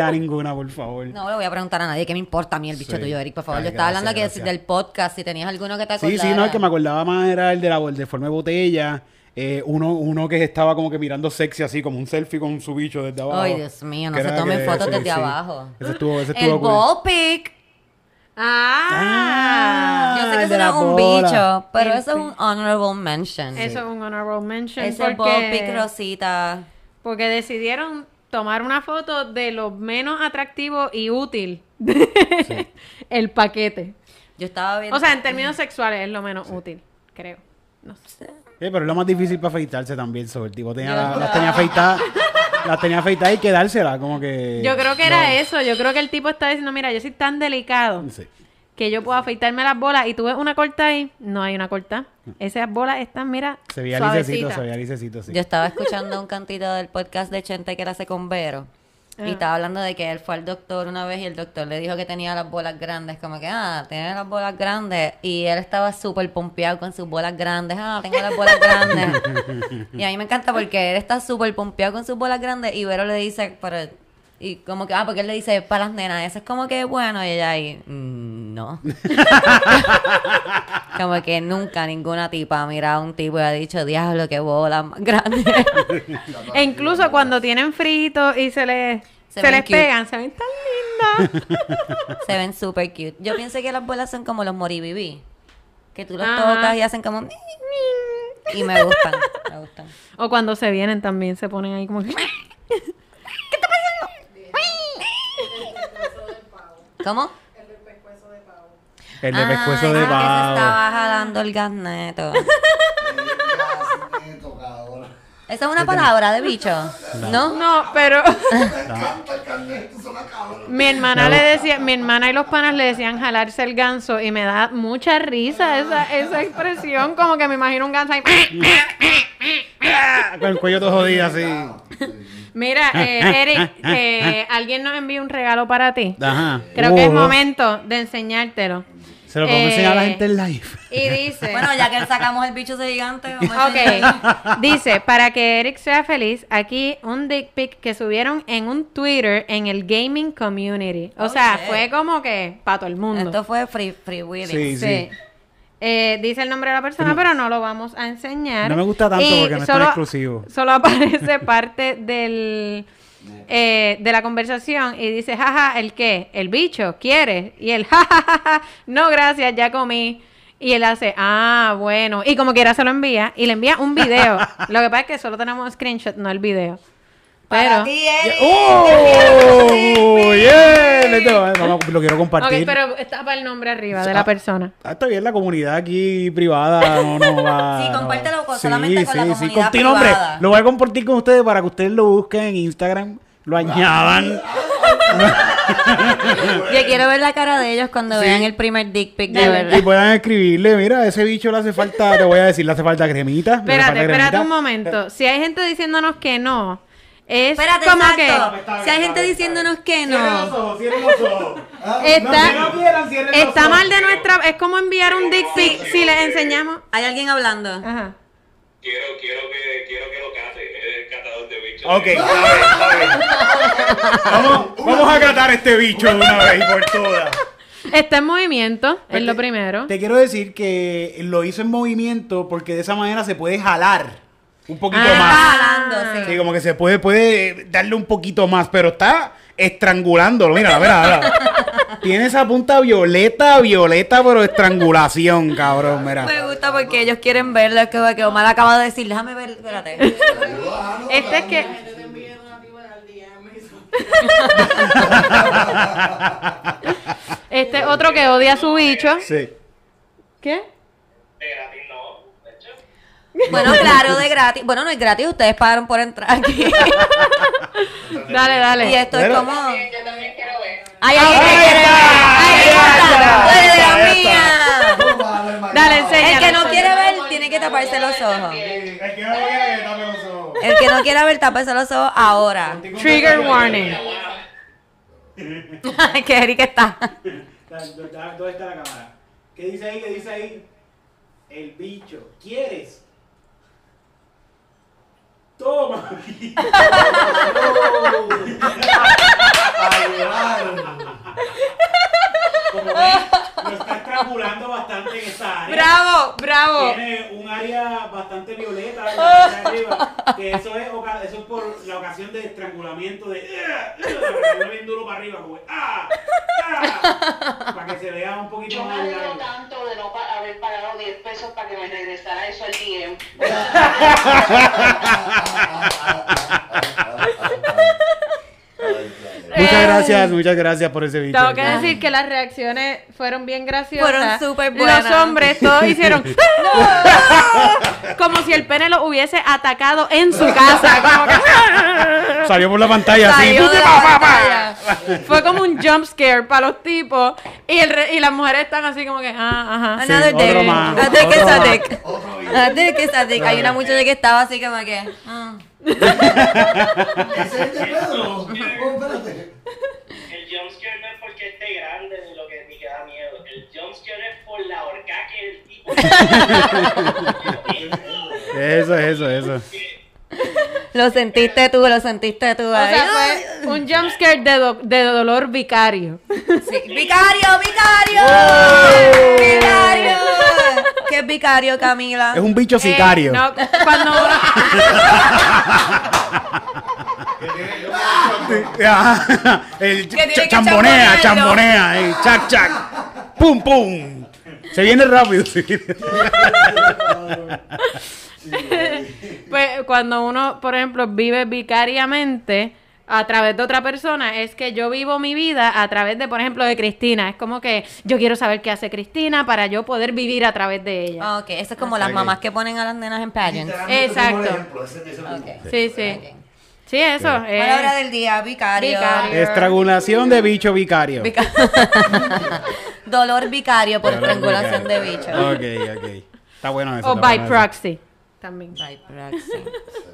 [laughs] a ninguna, por favor. No le voy a preguntar a nadie qué me importa a mí el bicho Sí. tuyo, Eric, por favor. Ay, Yo estaba hablando gracias, que gracias. del podcast, si tenías alguno que te acordara. Sí, sí, no, el que me acordaba más era el de la el de forma de botella. eh, uno, uno que estaba como que mirando sexy así, como un selfie con su bicho desde abajo. Ay, Dios mío, no Que se era tomen que- fotos sí, desde sí. abajo. Ese estuvo, ese El estuvo cool. ball pic. Ah. Yo sé que Ah, el eso de no la es un bola. bicho, pero El eso es un honorable mention. Eso es un honorable mention. Ese porque, ball pic rosita. porque decidieron tomar una foto de lo menos atractivo y útil. [laughs] el paquete. Yo estaba viendo. O sea, en términos sexuales es lo menos útil, creo. No sé. Eh, pero es lo más difícil para afeitarse también, sobre el tipo tenía Yo la- no. las tenía afeitadas, las tenía afeitadas y quedársela, como que. Yo creo que era Eh, no. eso. Yo creo que el tipo está diciendo, mira, yo soy tan delicado Sí. que yo puedo afeitarme las bolas y tú ves una corta ahí. No hay una corta. Esas bolas están, mira, Mm. Se veía licecito, suavecitas. se veía licecito, sí. Yo estaba escuchando un cantito del podcast de Chente que era hace con Vero. Y estaba hablando de que él fue al doctor una vez y el doctor le dijo que tenía las bolas grandes. Como que, ah, tiene las bolas grandes. Y él estaba súper pompeado con sus bolas grandes. Ah, tengo las bolas grandes. y a mí me encanta porque él está súper pompeado con sus bolas grandes. Y Vero le dice, pero. Y como que, ah, porque él le dice, para las nenas, eso es como que bueno. Y ella ahí, "Mm, no. Como que nunca ninguna tipa ha mirado a un tipo y ha dicho, diablo, qué bola más grande. E incluso cuando tienen frito y se les, Se se ven les cute. pegan, se ven tan lindas. [laughs] Se ven súper cute. Yo pienso que las bolas son como los moribibí. Que tú los Ajá. tocas y hacen como... Y me gustan, me gustan. o cuando se vienen también se ponen ahí como que... ¿Cómo? El de pescuezo Ay, de creo Ah, que se pavo. estaba jalando el gasneto. Esa es una palabra de bicho, ¿no? No, [laughs] pero... mi hermana le decía, mi hermana y los panas le decían jalarse el ganso y me da mucha risa esa, esa expresión, como que me imagino un ganso ahí. [laughs] Ah, Con el cuello todo jodido así. Mira, eh, Eric, eh, alguien nos envía un regalo para ti. Ajá. Creo que es Oh, momento de enseñártelo. Se lo puedo Eh, enseñar a la gente en live. [laughs] Y dice... Bueno, ya que sacamos el bicho ese gigante, vamos a enseñarle. Ok, dice, para que Eric sea feliz, aquí un dick pic que subieron en un Twitter en el gaming community. O sea, Ok. fue como que para todo el mundo. Esto fue Free, free Willy. Sí, sí. Eh, dice el nombre de la persona, pero no lo vamos a enseñar. No me gusta tanto Y porque no es tan exclusivo. Solo [laughs] aparece parte del eh, de la conversación y dice, jaja, ¿el qué? El bicho, ¿quieres? Y [laughs] él, jajaja, no gracias, ya comí. Y él hace, ah, bueno. Y como quiera se lo envía y le envía un [laughs] video. lo que pasa es que solo tenemos screenshot, no el video. Para Pero, ti, [laughs] Eli. ¡Oh! ¡Yeah! Le tengo- eh, vamos, Lo quiero Ok, compartir. pero está para el nombre arriba de la persona. Ah, está bien, la comunidad aquí privada no, no va. [laughs] Sí, no compártelo va. con- solamente con la comunidad Contigo, hombre, privada. lo voy a compartir con ustedes para que ustedes lo busquen en Instagram, lo añadan. Yo quiero ver la cara de ellos cuando vean el primer dick pic de Y verdad. puedan escribirle, mira, a ese bicho le hace falta, te voy a decir, le hace falta cremita. le hace Espérate, falta espérate cremita. un Eh. momento. Si hay gente diciéndonos que no, es Espérate, como exacto. que Si hay gente diciéndonos que Cierren los no. ojos, cierren los ojos. Ah, está, No, si no vieran, cierren los está ojos. mal de nuestra... Es como enviar un dick pic si les enseñamos... Hay alguien hablando. Ajá. Quiero, quiero que, quiero que lo cate, es el catador de bichos. Ok, está bien, está bien. Vamos, vamos a catar este bicho de una vez y por todas. Está en movimiento, es lo primero. Pues Te quiero decir que lo hizo en movimiento porque de esa manera se puede jalar un poquito Ah. más. Hablando, sí. Sí, como que se puede, puede darle un poquito más, pero está estrangulándolo. Mira, mira, mira. Tiene esa punta violeta, violeta, pero estrangulación, cabrón, mira. Pues, Me gusta porque ellos quieren verlo. Es que, que Omar acaba de decir, déjame ver, espérate. Este es que... [laughs] Este es otro que odia a su bicho. Sí. ¿Qué? De gratis no, de hecho. [laughs] Bueno, claro, de gratis. Bueno, no es gratis, ustedes pagaron por entrar aquí. [laughs] Dale, Y dale. esto es como. ¡Ay, Yo también quiero ver. ay, ay! ¡Ay, ay! ¡Ay, Dios mía! Dale, El enséñalo. que no quiere ver tiene que taparse los ojos. El que no quiere, dame los ojos. El que no quiera ver, tápese los ojos [laughs] ahora. Trigger warning. que Erika está. ¿Dónde está la cámara? ¿Qué dice ahí? ¿Qué dice ahí? El bicho. ¿Quieres? Toma. [laughs] Como ven, lo está estrangulando bastante en esa área. Bravo, bravo. Tiene un área bastante violeta en la parte de arriba, que eso es, oca- eso es por la ocasión de estrangulamiento de pero bien duro para arriba, como ¡ah! ¡ah! para que se vea un poquito Yo me más alegro largo. tanto de no pa- haber pagado 10 pesos para que me regresara eso al DM. Muchas gracias, muchas gracias por ese video. eh, Tengo que decir que las reacciones fueron bien graciosas. Fueron súper buenas. Los hombres todos [laughs] hicieron ¡Ah! [laughs] como si el pene lo hubiese atacado en su casa. Como que, ¡Ah! Salió por la pantalla Salió de la pantalla. [laughs] Fue como un jump scare para los tipos y, el re- y las mujeres están así como que ah, ajá. Sí, Another otro dick. más, A dick otro is a más. dick. A dick is a dick. Hay una muchacha que estaba así como que. ah. ¿Ese es el de Pedro? Oh, [laughs] espérate. El jumpscare no es porque esté grande ni lo que ni que da miedo. El jumpscare es por la horca que el tipo. Eso, eso, eso. Lo sentiste tú, lo sentiste tú. O ahí. sea, fue un jump scare de, do- de dolor vicario. Sí. ¡Vicario, vicario! ¡Vicario! ¿Qué es vicario, Camila? Es un bicho Eh, sicario. no, [laughs] cuando [laughs] Ajá. Ah, El tiene cha- que chambonea, chambonearlo. chambonea, eh, chac, chac, pum, pum. Se viene rápido. se viene. Pues cuando uno, por ejemplo, vive vicariamente a través de otra persona, es que yo vivo mi vida a través de, por ejemplo, de Cristina. Es como que yo quiero saber qué hace Cristina para yo poder vivir a través de ella. Ah, ok, eso es como las mamás que ponen a las nenas en pageants. Exacto. Ok. Sí, sí. Sí, eso. es- Palabra del día, vicario. Vicario. Estrangulación de bicho vicario. Vica- Dolor vicario por estrangulación de bicho. Ok, ok. Está bueno eso. o está by bueno eso. proxy. También. Ay, proxy.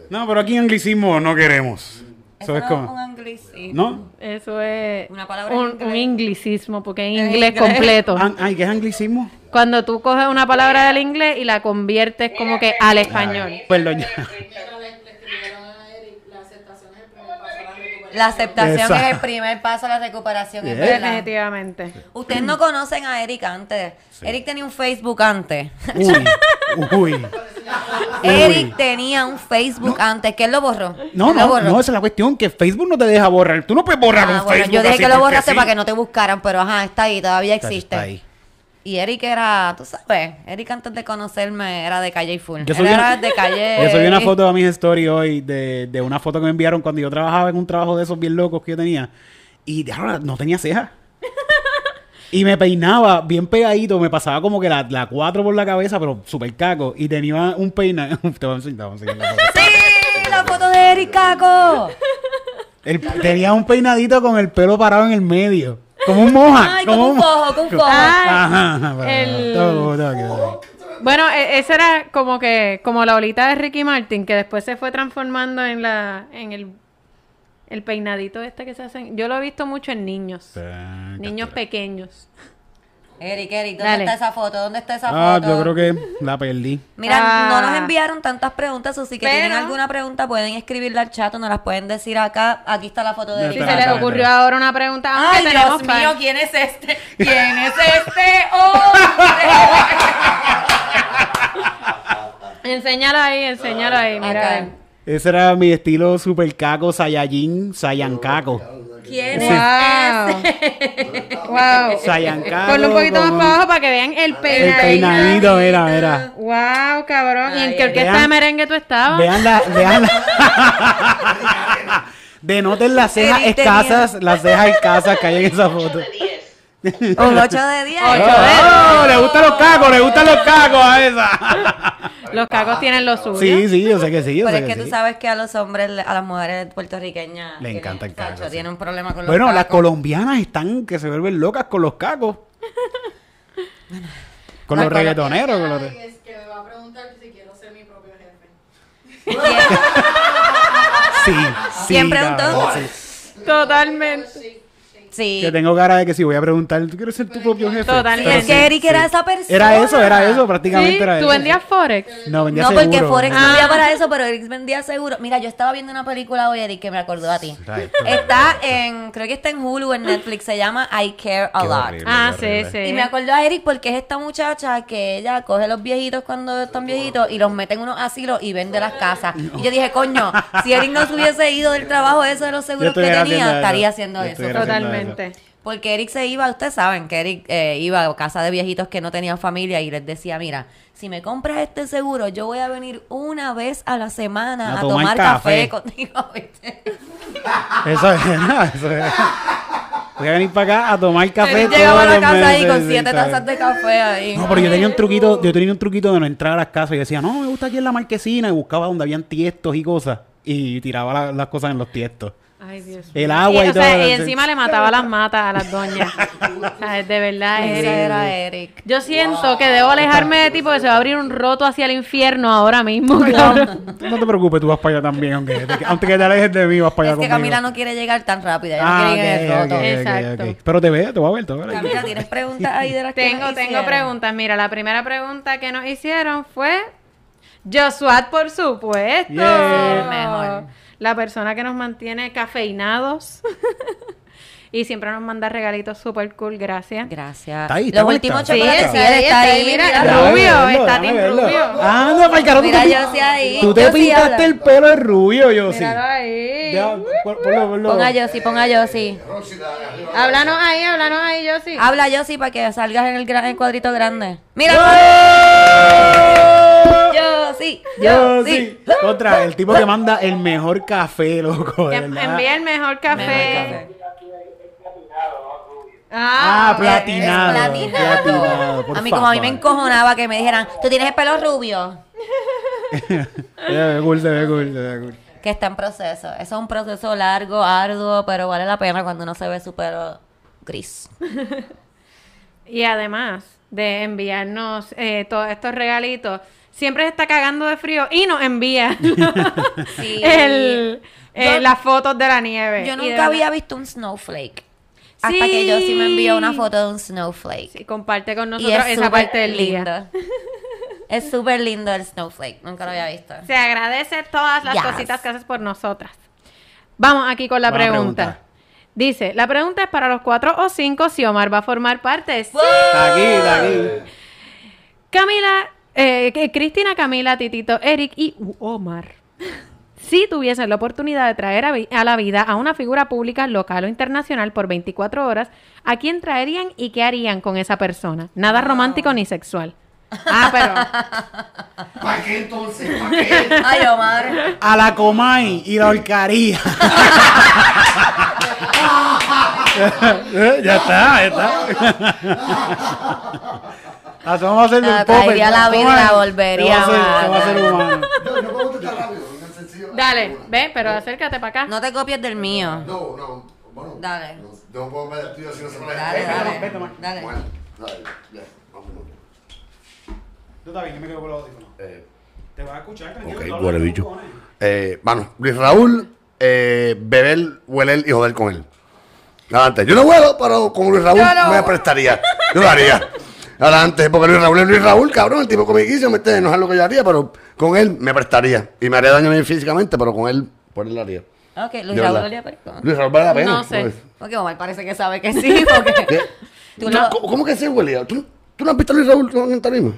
No, pero aquí anglicismo no queremos. Eso es no como. un anglicismo. ¿No? Eso es Una palabra en un, inglés. un inglicismo, porque en En inglés, inglés. completo. An- Ay, ¿qué es anglicismo? Cuando tú coges una palabra del inglés y la conviertes como que al español. Perdón. ya. [laughs] La aceptación es Esa. el primer paso a la recuperación. es Bien. verdad. Pues, Definitivamente. Ustedes no conocen a Eric antes. Eric tenía un Facebook antes. Uy, uy. Eric tenía un Facebook antes, que él lo borró. No, Él lo no, borró. no, esa es la cuestión, que Facebook no te deja borrar. Tú no puedes borrar Ah, un bueno, Facebook. yo dije así que lo porque borraste sí. para que no te buscaran, pero ajá, está ahí, todavía Está- existe. está ahí. Y Eric era, tú sabes, Eric antes de conocerme era de calle y full. Yo Él subí, era una, de calle. Eh, [laughs] yo subí una foto a mis stories hoy de, de una foto que me enviaron cuando yo trabajaba en un trabajo de esos bien locos que yo tenía. Y diablo, no tenía cejas. [laughs] Y me peinaba bien pegadito, me pasaba como que la, la cuatro por la cabeza, pero súper caco. Y tenía un peinado. [laughs] Te voy a enseñar, te voy a enseñar la foto. [laughs] ¡Sí! La foto de Eric Caco. El- tenía un peinadito con el pelo parado en el medio. [laughs] Como un moja. Ay, como un fojo, como un fojo. Ah. Ajá, ajá, pero- El- todo- todo quedó ahí. Bueno, e- esa era como que como la olita de Ricky Martin que después se fue transformando en la en el el peinadito este que se hacen. Yo lo he visto mucho en niños. Niños pequeños. Eric, Eric, ¿dónde Dale. está esa foto? ¿Dónde está esa Ah, foto? yo creo que la perdí. Mira, Ah. no nos enviaron tantas preguntas, así que tienen Pero- alguna pregunta pueden escribla al chat o nos las pueden decir acá. Aquí está la foto de Sí, Si Eric. se les Espera, ocurrió espera. ahora una pregunta, aunque Ay, tenemos Dios par- mío, ¿quién es este? ¿Quién es este hombre? [laughs] Enséñalo ahí, enséñalo ahí, mira. Acá. Ese era mi estilo super caco, Saiyajin, Sayancaco. ¿Quién Sí. es este? [laughs] ese? Wow. Sayancaco. Ponlo un poquito más como- para abajo para que vean el El peinadito. peinadito, mira, mira. Wow, cabrón. ¿Y en Ay, qué ay, orquesta ay. de merengue tú Ah. estabas? Vean la, vean la- [laughs] Denoten las cejas Eric tenía- escasas, las cejas escasas que hay en esa foto. 10. [laughs] Un 8 de 10. Oh, le gustan los cacos, le gustan los cacos a esa. Los cacos tienen lo suyo. Sí, sí, yo sé que sí, yo Pero Pues es sé que que tú sí. sabes que a los hombres, le- a las mujeres puertorriqueñas. Le tienen- encanta el Sacho, caco, sí. Tiene un problema con los Bueno, las cacos. [laughs] colombianas están que se vuelven locas con los cacos. Con los reggaetoneros, con los... [laughs] ¿Quién? Sí, sí, Siempre un cabrón, tonto. sí. Totalmente. Sí. Que tengo cara de que si voy a preguntar, ¿tú quieres ser tu propio jefe? Totalmente. Pero El que Eric era esa persona. Era eso, era eso, prácticamente Sí, era eso. tú vendías Forex. No, vendía No, porque seguro. Forex Ah. vendía para eso, pero Eric vendía seguro. Mira, yo estaba viendo una película hoy, Eric, que me acordó a ti. Right. Está en, creo que está en Hulu, en Netflix, se llama I Care a Qué Lot. horrible, Ah, qué sí, horrible. sí. Y me acuerdo a Eric porque es esta muchacha que ella coge los viejitos cuando están viejitos y los mete en unos asilos y vende las casas. Y yo dije, coño, si Eric no se hubiese ido del trabajo ese de los Yo seguros que estuviera haciendo tenía, eso. estaría haciendo Yo eso. estuviera Totalmente. haciendo Porque Eric se iba, ustedes saben que Eric eh, iba a casa de viejitos que no tenían familia y les decía, mira, si me compras este seguro, yo voy a venir una vez a la semana a, tomar, café, contigo. [laughs] ¿viste? Eso es, [laughs] no, eso es. Voy a venir para acá a tomar café. Eric llegaba a la todos los casa ahí meses, con sí, siete ¿sabes? tazas de café ahí. No, pero yo tenía un truquito, yo tenía un truquito de no entrar a las casas. Yo decía, no, me gusta aquí en la marquesina. Y buscaba donde habían tiestos y cosas. Y tiraba la- las cosas en los tiestos. Ay, Dios El agua y, y, o todo. sea, y encima le mataba las matas a las doñas. [laughs] O sea, es de verdad, Ese Eric. era Eric. Yo siento que debo alejarme de ti porque se va a abrir un roto hacia el infierno ahora mismo. cabrón. No te preocupes, tú vas para allá también. Aunque te, aunque te alejes de mí, vas para allá Es que Pues conmigo. Camila no quiere llegar tan rápido. Ella Ah, no quiere ir en el ok, ok, roto. ok, ok. Exacto. Pero te veo, te voy a ver, te voy a ver. Camila, ¿tienes preguntas ahí de las que Tengo, nos tengo hicieron? preguntas. Mira, la primera pregunta que nos hicieron fue Josuat, por supuesto. Yeah. El mejor. La persona que nos mantiene cafeinados. [laughs] y siempre nos manda regalitos super cool, gracias. Gracias. Está ahí, está Los conectado, últimos está chocolates, conectado. sí, él está ahí. Mira, mira. está ahí, Rubio, Déjame verlo, está déjame Team verlo. Rubio. Ah, no, para carajo, tú Mira, te, yo sí ahí. tú te Yo sí pintaste hablo. el pelo de rubio, yo sí. Míralo ahí. Ya, pon- ponlo, ponlo. Ponga Yossi, ponga Yossi. Ah. Háblanos ahí, háblanos ahí, yo sí. Ah, Habla Yossi para que salgas en el, gran, el cuadrito grande. Mira. ¡Oh! Yossi, Yo Yossi. sí. Contra el tipo que manda el mejor café, loco. Que de verdad. Em, envía el mejor café. Ah, Ah, platinado. Es platinado. platinado, por A mí, como a mí me favor. encojonaba que me dijeran, tú tienes el pelo rubio, Se ve cool, se ve cool, se ve cool. que está en proceso. Eso es un proceso largo, arduo, pero vale la pena cuando uno se ve su pelo gris. Y además de enviarnos eh, todos estos regalitos, siempre se está cagando de frío y nos envía [laughs] [laughs] Sí. el, eh, Yo- las fotos de la nieve. Yo Y de nunca había verdad- visto un snowflake. Hasta Sí. que yo sí me envió una foto de un snowflake. Sí, comparte con y nosotros es esa parte súper del día. lindo. [laughs] es súper lindo el snowflake. Nunca lo había visto. Se agradece todas las Yes. cositas que haces por nosotras. Vamos aquí con la Buena pregunta. pregunta. Dice, la pregunta es para los cuatro o cinco si Omar va a formar parte. Sí. Está aquí, está aquí. Camila, eh, que- Cristina, Camila, Titito, Eric y U- Omar. Si tuviesen la oportunidad de traer a, vi- a la vida a una figura pública local o internacional por 24 horas, ¿a quién traerían y qué harían con esa persona? Nada romántico ni sexual. Ah, pero [laughs] ¿Para qué entonces? ¿Para qué? Ay, Omar. A la Comay y la horcaría. Eh, ya está, ya está. Ah, eso vamos a hacer de un Ah, popper, traería ¿no? la vida y la Comay. volvería Eso va a ser- eso va a a ser humano. No, no puedo contestar rápido. tan sencillo. dale, ve, pero acércate para acá. No te copies del mío. No, no. Bueno. Dale. No, no puedo ver el tuyo si no se me Dale, dale. Bueno, dale. dale. Ya, vámonos. Tú está bien, yo me quedo con los audífonos. Eh, Te vas a escuchar, tranquilo. ok, tú hablas huele con bicho. cojones. Eh, bueno, Luis Raúl, eh, beber, hueler y joder con él. Adelante. Yo no huelo, pero con Luis Raúl me prestaría. Yo lo haría. Adelante, porque Luis Raúl es Luis Raúl, cabrón, el tipo comiquísimo, ¿me entiendes? No es lo que yo haría, pero con él me prestaría. Y me haría daño a mí físicamente, pero con él, por él lo haría. Ok, Luis De Raúl verdad. olía perico. Luis Raúl vale la pena. pues. No sé. Porque Omar parece que sabe que [laughs] sí. Porque ¿Qué? Tú ¿Tú lo- ¿Cómo, cómo que se huele? ¿Tú, ¿Tú no has visto a Luis Raúl en tarima?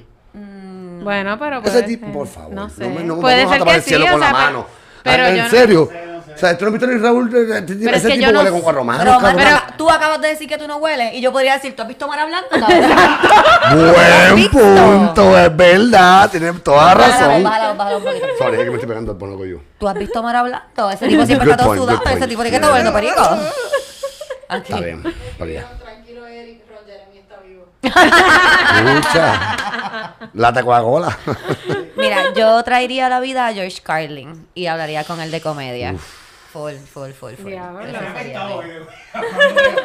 Bueno, pero puede Ese tipo, ser. por favor. No sé. me- no me puede vamos a ser tapar que el sí, cielo o con sea, la pe- mano. Pero yo Ah, en no- serio. O sea, tú no has visto a Luis Raúl. eh, eh, es Ese que tipo yo no huele con sé. Juan Román, Pero, Omar, cabrón. pero tú acabas de decir que tú no hueles. Y yo podría decir, ¿tú has visto a Mara Blanca? [laughs] Bájalo, Buen Visto. punto, es verdad. Tienes toda razón. bájalo, bájalo un poquito. Sorry, es que me estoy pegando el ponoco yo. ¿Tú has visto a Mara Blanca? Ese tipo siempre está todo Good point, sudado. good point. Ese tipo tiene que estar hueliendo perico. Aquí. Está bien, está bien. Tranquilo, Eric, Ron Jeremy está vivo. Mucha. Lata [laughs] Coca-Cola. Mira, yo traería a la vida a George Carlin y hablaría con él de comedia. Full, full, full, full. Diablo.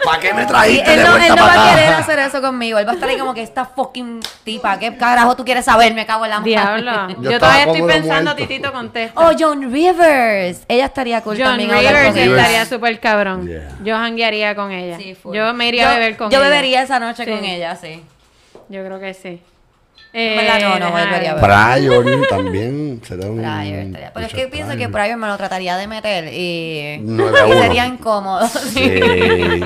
¿Para qué me trajiste él de no, él vuelta no va a querer para acá? hacer eso conmigo. Él va a estar ahí como que esta fucking tipa. ¿Qué carajo tú quieres saber? Me cago en la madre. Diablo. [laughs] Yo, Yo estaba todavía estoy cómodo pensando, muerto. Titito contesta. Oh, John Rivers. Ella estaría cool John también. hablar Rivers con ella. estaría súper cabrón. Yeah. Yo hanguearía con ella. Sí, full. yo me iría a beber con yo ella. bebería esa noche Sí. con ella, sí. Yo creo que sí. Eh, verdad, no, no ajá. volvería a beber. Pryor también será un. Pryor estaría. Pero es que Richard pienso que Pryor. Pryor me lo trataría de meter y, No, de [laughs] a y uno. sería incómodo. [laughs] Sí,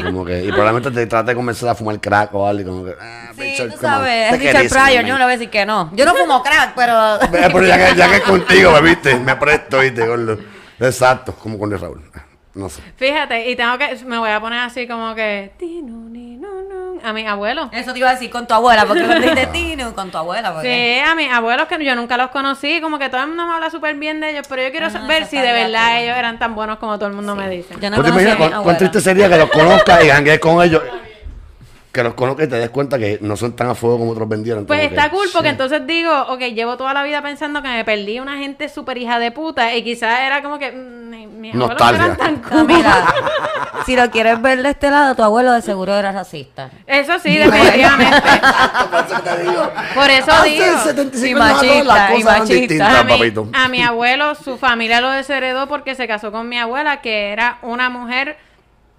[laughs] como que. Y probablemente te trate de convencer a fumar crack o algo. Como que, ah, Sí, Richard, tú come on. sabes, Te Richard querés, Pryor, man. yo no le voy a decir que no. Yo no fumo crack, pero... Eh, Pero ya que, ya que es contigo, me viste, me presto, viste, gordo. Exacto, como con el Raúl. Ah, No sé. Fíjate, y tengo que. Me voy a poner así como que. ti, nu, ni, nu, nu, A mi abuelo. [laughs] Eso te iba a decir con tu abuela, porque lo [laughs] dijiste Tino, con tu abuela. Porque... Sí, a mis abuelos que yo nunca los conocí, como que todo el mundo me habla súper bien de ellos, pero yo quiero Ah, saber eso si está de bien, verdad tú. ellos eran tan buenos como todo el mundo me dice. Yo no ¿Tú te conocí a imaginas mi cuán, cuán abuela. triste sería que los conozcas y janguees con ellos? Que los conozcas y te des cuenta que no son tan a fuego como otros vendieron. Pues como que- está cool porque entonces digo, ok, llevo toda la vida pensando que me perdí una gente súper hija de puta y quizás era como que mm, mis abuelos no Nostalgia. eran tan No, cool. [laughs] mira, si lo quieres ver de este lado, tu abuelo de seguro era racista. Eso sí, definitivamente. Exacto, por eso que Ah, te digo. Por eso Hace digo. 75 Y años atrás machista, y las cosas eran machista. Ah. distintas, a, mi, papito. a mi abuelo, su familia lo desheredó porque se casó con mi abuela, que era una mujer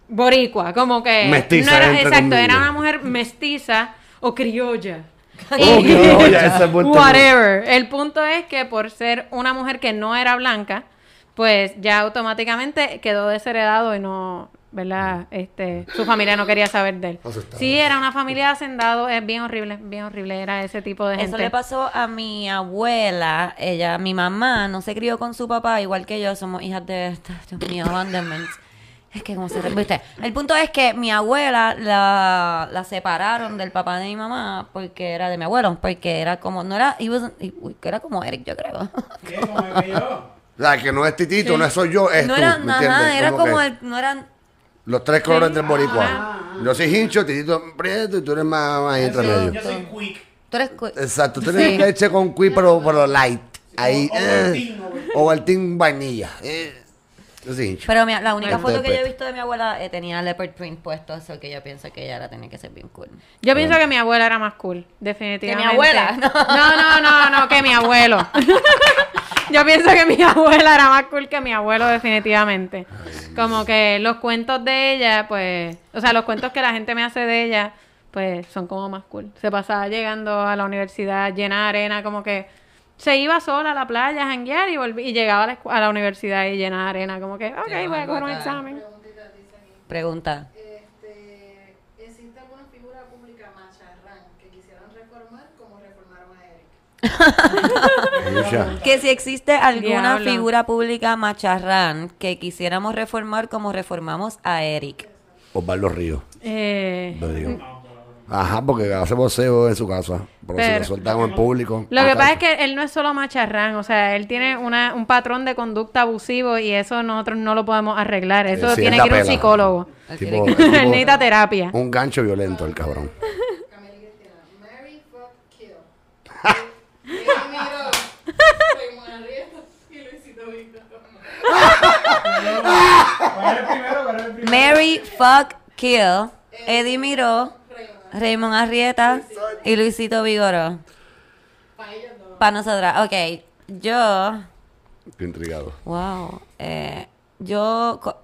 boricua, como que Mestiza, no era, entre exacto, comillas. era una mujer mestiza [laughs] o criolla. Oh, criolla, ese [laughs] es buen término. Whatever. El punto es que por ser una mujer que no era blanca, pues ya automáticamente quedó desheredado y no, ¿verdad? Este, su familia no quería saber de él. Asustado. Sí, era una familia de hacendados, es bien horrible, bien horrible era ese tipo de gente. Eso le pasó a mi abuela, ella, mi mamá, no se crió con su papá, igual que yo, somos hijas de, [laughs] Dios mío, abandonment. Es que como se... ¿Viste? El punto es que mi abuela la, la separaron del papá de mi mamá porque era de mi abuelo, porque era como, no era, he wasn't- he- uy, que era como Eric, yo creo. O sea, que no es Titito, no soy yo, es no tú, era, ¿me ajá, entiendes? era como, que el, no eran, los tres colores del Ah, boricua. Yo soy hincho, Titito es prieto y tú eres más, más entre medio. Yo soy quick. tú eres... cu- Exacto, tú eres Sí. leche con cuí, pero, pero light. Ahí, o- eh, Ovaltine, Ovaltine. Ovaltine vainilla. eh. yo soy hincho. Pero mira, la única Entonces, foto que yo he pues. visto de mi abuela eh, tenía leopard print puesto, eso que yo pienso que ella la tenía que ser bien cool. Yo pienso que mi abuela era más cool, definitivamente. ¿Que mi abuela? [laughs] No, no, no, no, que mi abuelo. [laughs] Yo pienso que mi abuela era más cool que mi abuelo, definitivamente. Como que los cuentos de ella, pues, o sea, los cuentos que la gente me hace de ella, pues son como más cool. Se pasaba llegando a la universidad llena de arena, como que se iba sola a la playa a janguear y, volví- y llegaba a la, escu- a la universidad y llena de arena, como que, ok, voy a coger un brutal. examen. Pregunta. Este, existe alguna figura pública macharrán que quisieran reformar como reformaron a Eric. Hincha. Que si existe alguna Diablo. figura pública macharrán que quisiéramos reformar como reformamos a Eric. Osvaldo Ríos, Eh, lo digo. Ajá, porque hace voceo en su casa. Pero, si Pero- lo sueltan en público. Lo en que casa. pasa es que él no es solo macharrán, o sea, él tiene una, un patrón de conducta abusivo y eso nosotros no lo podemos arreglar. Eso Sí, tiene es la que ir un pela. psicólogo. [laughs] Tipo- Él tipo Él necesita terapia. Un gancho violento, el cabrón. Camila y Cristina. Mary fuck kill. Ella miró. Raymond Arrieta y Luisito Vigorra. Mary Fuck Kill, Eddie Miró, Raymond Arrieta y Luisito Vigoró. Para nosotras. Ok, yo... Estoy intrigado. Wow. eh, yo... co-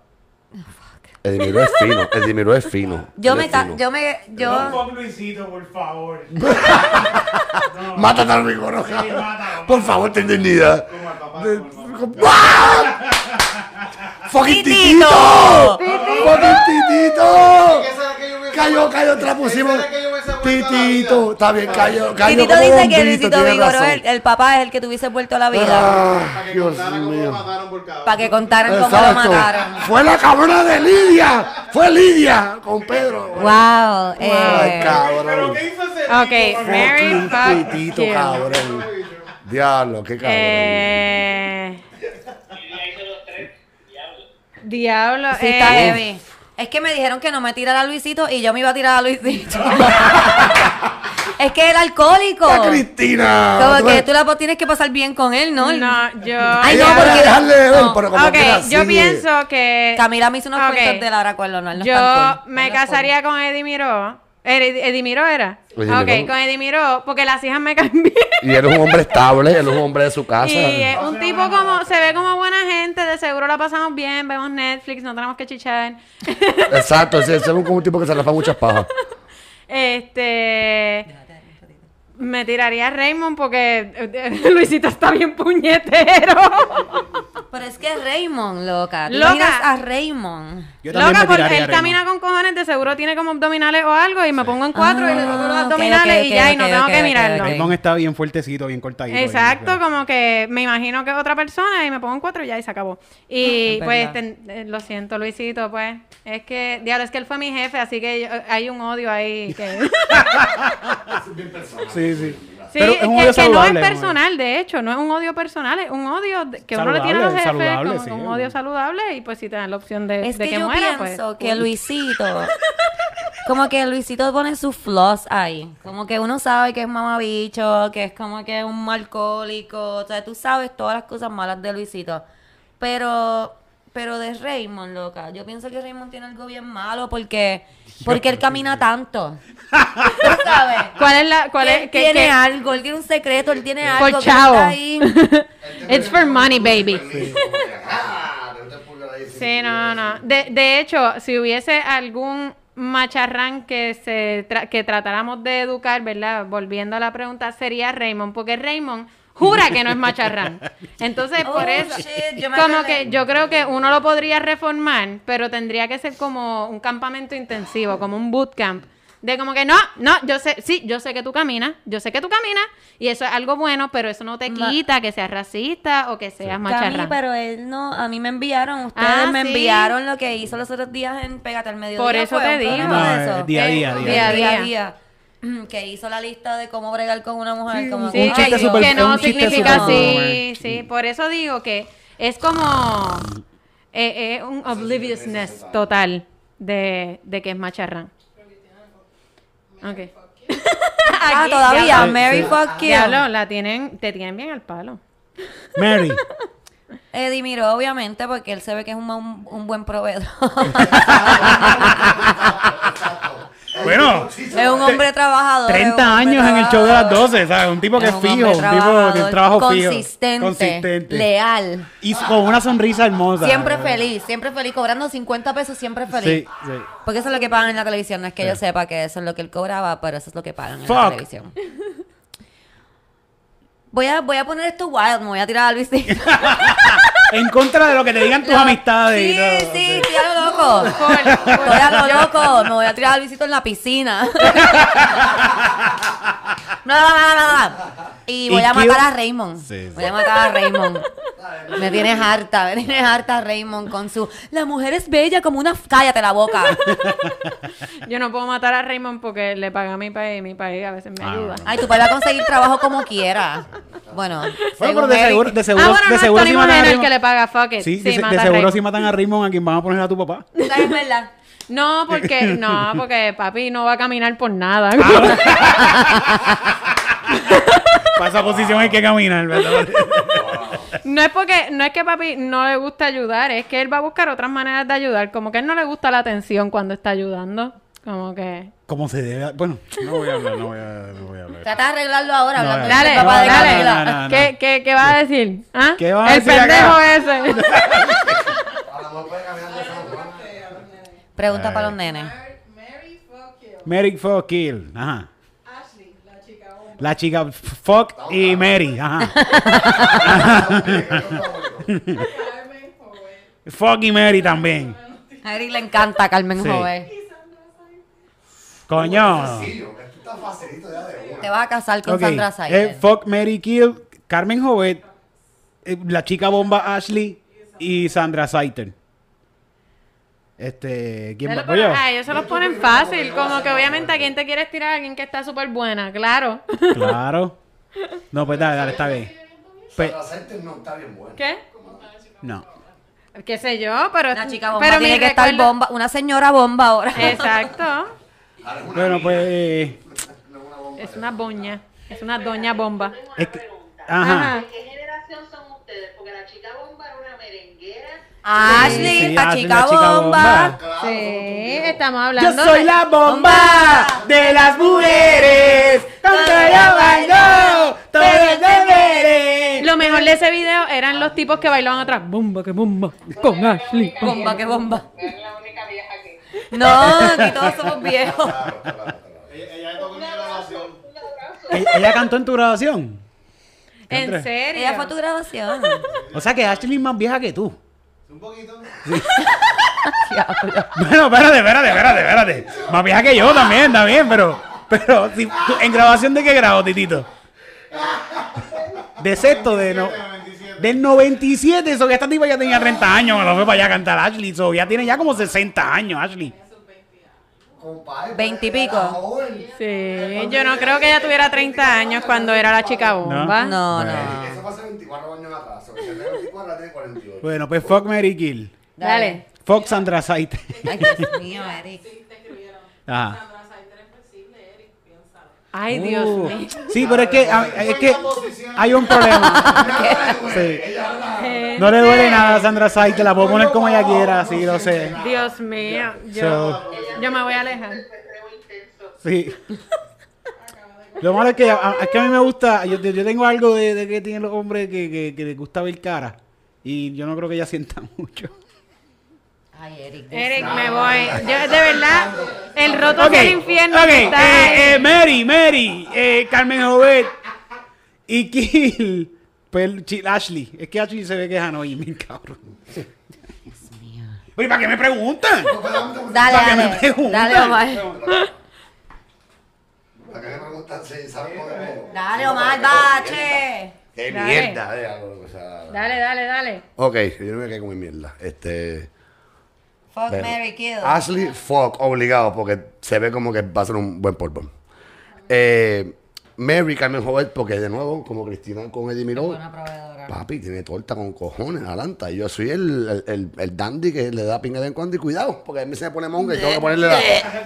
Edimiro es fino. Edimiro es fino. Yo él me, es ca- fino. yo me... No Yo... fuck Luisito, por [laughs] favor. Mátate al rigor, mátalo, Por favor, ten dignidad. Como al papá, De- como al ¡Ah! ¡Fucking ¡Titito! titito! ¡Fucking Esa titito! era que yo hubiese- Cayó, cayó, otra pusimos. Esa era que yo hubiese vuelto a la vida. Titito, está bien, cayó, cayó. Titito como dice que bombito, Luisito tiene Vigoró, razón. el, el papá es el que tuviese vuelto a la vida. Ah, Para que Dios contaran cómo lo mío. mataron por cada Para que contaran cómo lo Exacto. mataron. Fue la cabrona de Lidia. Fue Lidia con Pedro. Wow. Ay, eh, cabrón. Ok, Mary Fucking Fuck Titito, Kill. cabrón. Diablo, qué cabrón. Eh, Y de ahí de los tres, diablo. diablo. sí, está eh, heavy. [laughs] Es que me dijeron que no me tirara a Luisito y yo me iba a tirar a Luisito. Es que el alcohólico. La Cristina. Como Otra que vez. tú la po- tienes que pasar bien con él, ¿no? No, yo. Ay, Ella no, debe porque. dejarle de ver, pero como ok, quiera, yo sigue. pienso que. Camila me hizo unos eh, Ok. cuentos de Laura Cuerlo, no, él no es tan Yo cool. me casaría con Eddie Miró. Edi- Eddie Miró era. Eddie ok, Miró. con Eddie Miró, porque las hijas me [laughs] caen bien. Y él es un hombre estable, él es un hombre de su Ah, casa. Y es eh, un tipo como, se ve como buena gente, de seguro la pasamos bien, vemos Netflix, no tenemos que chichar. Exacto, ese, ese es un, como un tipo que se le fa muchas pajas. Este. Me tiraría a Raymond porque eh, [laughs] Luisito está bien puñetero. Pero es que Raymond, loca. Tú Loca. miras a Raymond. [laughs] Yo también Loca, me porque tiraría a él Raymond. camina con cojones, de seguro tiene como abdominales o algo, y me pongo en cuatro y le toco los Ah, ok, abdominales ok, y ya, ok, y no ok, tengo ok, que ok, mirarlo. ok. Raymond está bien fuertecito, bien cortadito. bien- Exacto, bien- como que me imagino que es otra persona y me pongo en cuatro y ya y se acabó. [laughs] Y Es verdad. pues ten- eh, lo siento, Luisito, pues es que, diablo, es que él fue mi jefe, así que yo- hay un odio [laughs] ahí. Que... Sí, sí. Sí, Pero es que, un odio que no es saludable, ¿no? personal, de hecho, no es un odio personal, es un odio de- que uno le tiene a los jefes, Saludable, saludable, como que sí, un ¿no? odio saludable y pues si te dan la opción de, Es de que, que, yo muera, pues... pienso que cool. Luisito. Como que Luisito pone sus flaws ahí. Como que uno sabe que es mamabicho, que es como que es un alcohólico. O sea, tú sabes todas las cosas malas de Luisito. Pero. Pero de Raymond, loca. Yo pienso que Raymond tiene algo bien malo porque. Porque él camina tanto. ¿Tú ¿Sabes? ¿Cuál es la...? Cuál Él es, que- tiene que- algo, él tiene un secreto, él tiene algo. Por que está chavo. ahí. It's for money, baby. Ah, te pulgar ahí, Sí, no, no. De, de hecho, si hubiese algún macharrán que se tra- que tratáramos de educar, ¿verdad? Volviendo a la pregunta, sería Raymond, porque Raymond jura que no es macharrán. Entonces, Oh, [laughs] por eso, shit, yo me como acordé. que yo creo que uno lo podría reformar, pero tendría que ser como un campamento intensivo, como un bootcamp. De como que no, no, yo sé, sí, yo sé que tú caminas, yo sé que tú caminas, y eso es algo bueno, pero eso no te Ma- quita que seas racista o que seas Cami, macharrán. pero él no, a mí me enviaron, ustedes Ah, me sí. enviaron lo que hizo los otros días en Pégate al Mediodía. Por eso fue te un digo. programa de No, eso. eh, día a día, Eh, día a día. día. [clears throat] Que hizo la lista de cómo bregar con una mujer. como Sí, Un que, chiste que súper- no un chiste significa súper sí, boomer. sí. Por eso digo que es como eh, eh, un obliviousness total de, de que es macharrán. Ok. [laughs] Ah, Aquí, todavía, diablo. Mary fuck you. Diablo, la tienen, te tienen bien al palo. Mary. Eddie miró, obviamente, porque él se ve que es un, un- un buen [laughs] proveedor. Bueno, es un hombre trabajador. es un 30 hombre años en el show de las trabajador. 12, ¿sabes? Un tipo que es hombre fijo, un tipo de trabajador, un trabajo consistente, fijo. Consistente. Leal. Y con una sonrisa hermosa. Siempre ¿verdad? feliz, siempre feliz, cobrando 50 pesos, siempre feliz. Sí, sí. Porque eso es lo que pagan en la televisión. No es que yo sepa que eso es lo que él cobraba, pero eso es lo que pagan en la Fuck. televisión. Voy a, voy a poner esto wild, me voy a tirar a Luis. [laughs] En contra de lo que te digan tus amistades. y Sí, todo, sí, estoy a lo loco. [laughs] Estoy a lo loco. Me voy a tirar al visito en la [laughs] piscina. No, no, no, no, no. Y voy ¿Y a qué- matar a Raymond. Sí, sí. Voy a matar a Raymond. Me tienes harta, me tienes harta Raymond con su... La mujer es bella como una... f- Cállate la boca. Yo no puedo matar a Raymond porque le paga a mi país y mi país a veces me Ah, ayuda. Ay, tu padre va a conseguir trabajo como quiera. Bueno, Bueno, según pero de Mary- seguro, de Ah, seguro, bueno, de no es seguro Tony si matan Moreno a el Raymond- que le paga, fuck it. Sí, Sí, de, de mata a seguro Raymond. si matan a Raymond a quien van a poner a tu papá. ¿Sabes verdad? No, [laughs] porque, no, porque papi no va a caminar por nada. Ah, Para esa posición hay que caminar, [laughs] ¿verdad? [laughs] No es porque, no es que papi no le gusta ayudar, es que él va a buscar otras maneras de ayudar. Como que él no le gusta la atención cuando está ayudando. Como que. Como se debe. Bueno, no voy a hablar, no voy a, no voy a hablar. Trata de arreglarlo ahora No, hablando Dale, con el papá de dale. Gabriela. No, no, no. ¿Qué, qué, ¿Qué vas a decir? ¿Ah? ¿Qué vas a El decir pendejo acá? ese. Pregunta para los nenes. Mary fuck you. Mary fuck kill. Ajá. Ashley, la chica bomba. La chica f- fuck y Mary. Ajá. [laughs] Carmen Joven. fuck y Mary también. A Eric le encanta Carmen Sí. Joven. Coño. Te vas a casar con Ok, Sandra eh, Sayer. fuck Mary Kill, Carmen Jovet, eh, la chica bomba Ashley y Sandra Saiter. Este, [laughs] ¿quién [laughs] Dale, va? pero ¿Voy yo? A ellos se los ponen fácil. Como que obviamente a quien te quieres tirar a alguien que está súper buena, claro. Claro. No, pues dale, dale, está bien. Pe- no está bien bueno. ¿Qué? no. ¿Qué sé yo? Pero. La chica bomba pero mi tiene que estar recuerdo- [laughs] bomba, una señora bomba ahora. Exacto. Bueno, pues. Es una boña. Es una doña bomba. Es que- Ah. ajá. Ajá. ¿De qué generación son ustedes? Porque la chica bomba era una merenguera. Ashley, Sí, la, Ashley, chica la chica bomba. Sí, estamos Yo hablando. soy de- la bomba de las mujeres. Cuando yo bailo, todo es deberes. Lo mejor de ese video eran los tipos que bailaban atrás. Bomba, que bomba. Con Ashley. Bomba, que bomba. Es la única vieja que. [laughs] No, aquí todos somos viejos. Ella, ella tocó en mi grabación. E- Ella cantó en tu grabación. En serio. Ella fue a tu grabación. O sea que Ashley es más vieja que tú. Un poquito. [laughs] Bueno, espérate, espérate, espérate, espérate. Más vieja que yo también, también, pero. Pero, si- tú- ¿en grabación de qué grado, Titito? De sexto, de no. Del 97, eso que esta tipa ya tenía Ah. 30 años, me lo fue para allá a cantar Ashley. So, ya tiene ya como 60 años, Ashley. Veintipico. Sí, yo no creo que ella tuviera 30 años cuando era la chica bomba. No, Eh, no. Eso fue hace 24 años atrás. O sea, que tiene 24, ahora tiene 48. Bueno, pues fuck Mary Kill. Dale. Fuck Sandra Saite. Ay, Dios mío, Eric. Ajá. Ay, Dios Uh, mío. Sí, pero es que, a- Ah, es que hay [laughs] un problema. Sí. No le duele nada a Sandra Saite, la puedo poner como ella quiera, sí, lo sé. Dios mío. Yo, So, yo me voy a alejar. sí. Lo malo es que, a, es que a mí me gusta, yo, yo tengo algo de, de que tienen los hombres que, que, que les gusta ver cara. Y yo no creo que ella sienta [laughs] mucho. Ay, Eric. Eric, me voy. Yo, de verdad, el roto Ok, hacia el infierno ok, que está eh, ahí. eh, Mary, Mary, eh, Carmen Jovet y Kill. Pel- Chi- Ashley, es que Ashley se ve que es Hanoi, mi cabrón. Oye, ¿para qué me preguntan? Dale, Para que me dale. pregunten. Dale, Omar. ¿Para qué me preguntan si saben cómo es cómo? Dale, Omar, bache. ¡Qué Dale. mierda! eh, algo, o sea, Dale, dale, dale. Ok, yo no me quedé con mi mierda. Este. Fuck, Bueno. Mary, kill. Ashley Fogg, obligado, porque se ve como que va a ser un buen polvo. Eh, Mary Carmen Jovet, porque de nuevo, como Cristina con Eddie Miró, Buena proveedora. papi, tiene torta con cojones, adelanta. Y yo soy el, el, el- el dandy que le da pinga de vez en cuando y cuidado, porque a mí se me pone monga y tengo que ponerle la.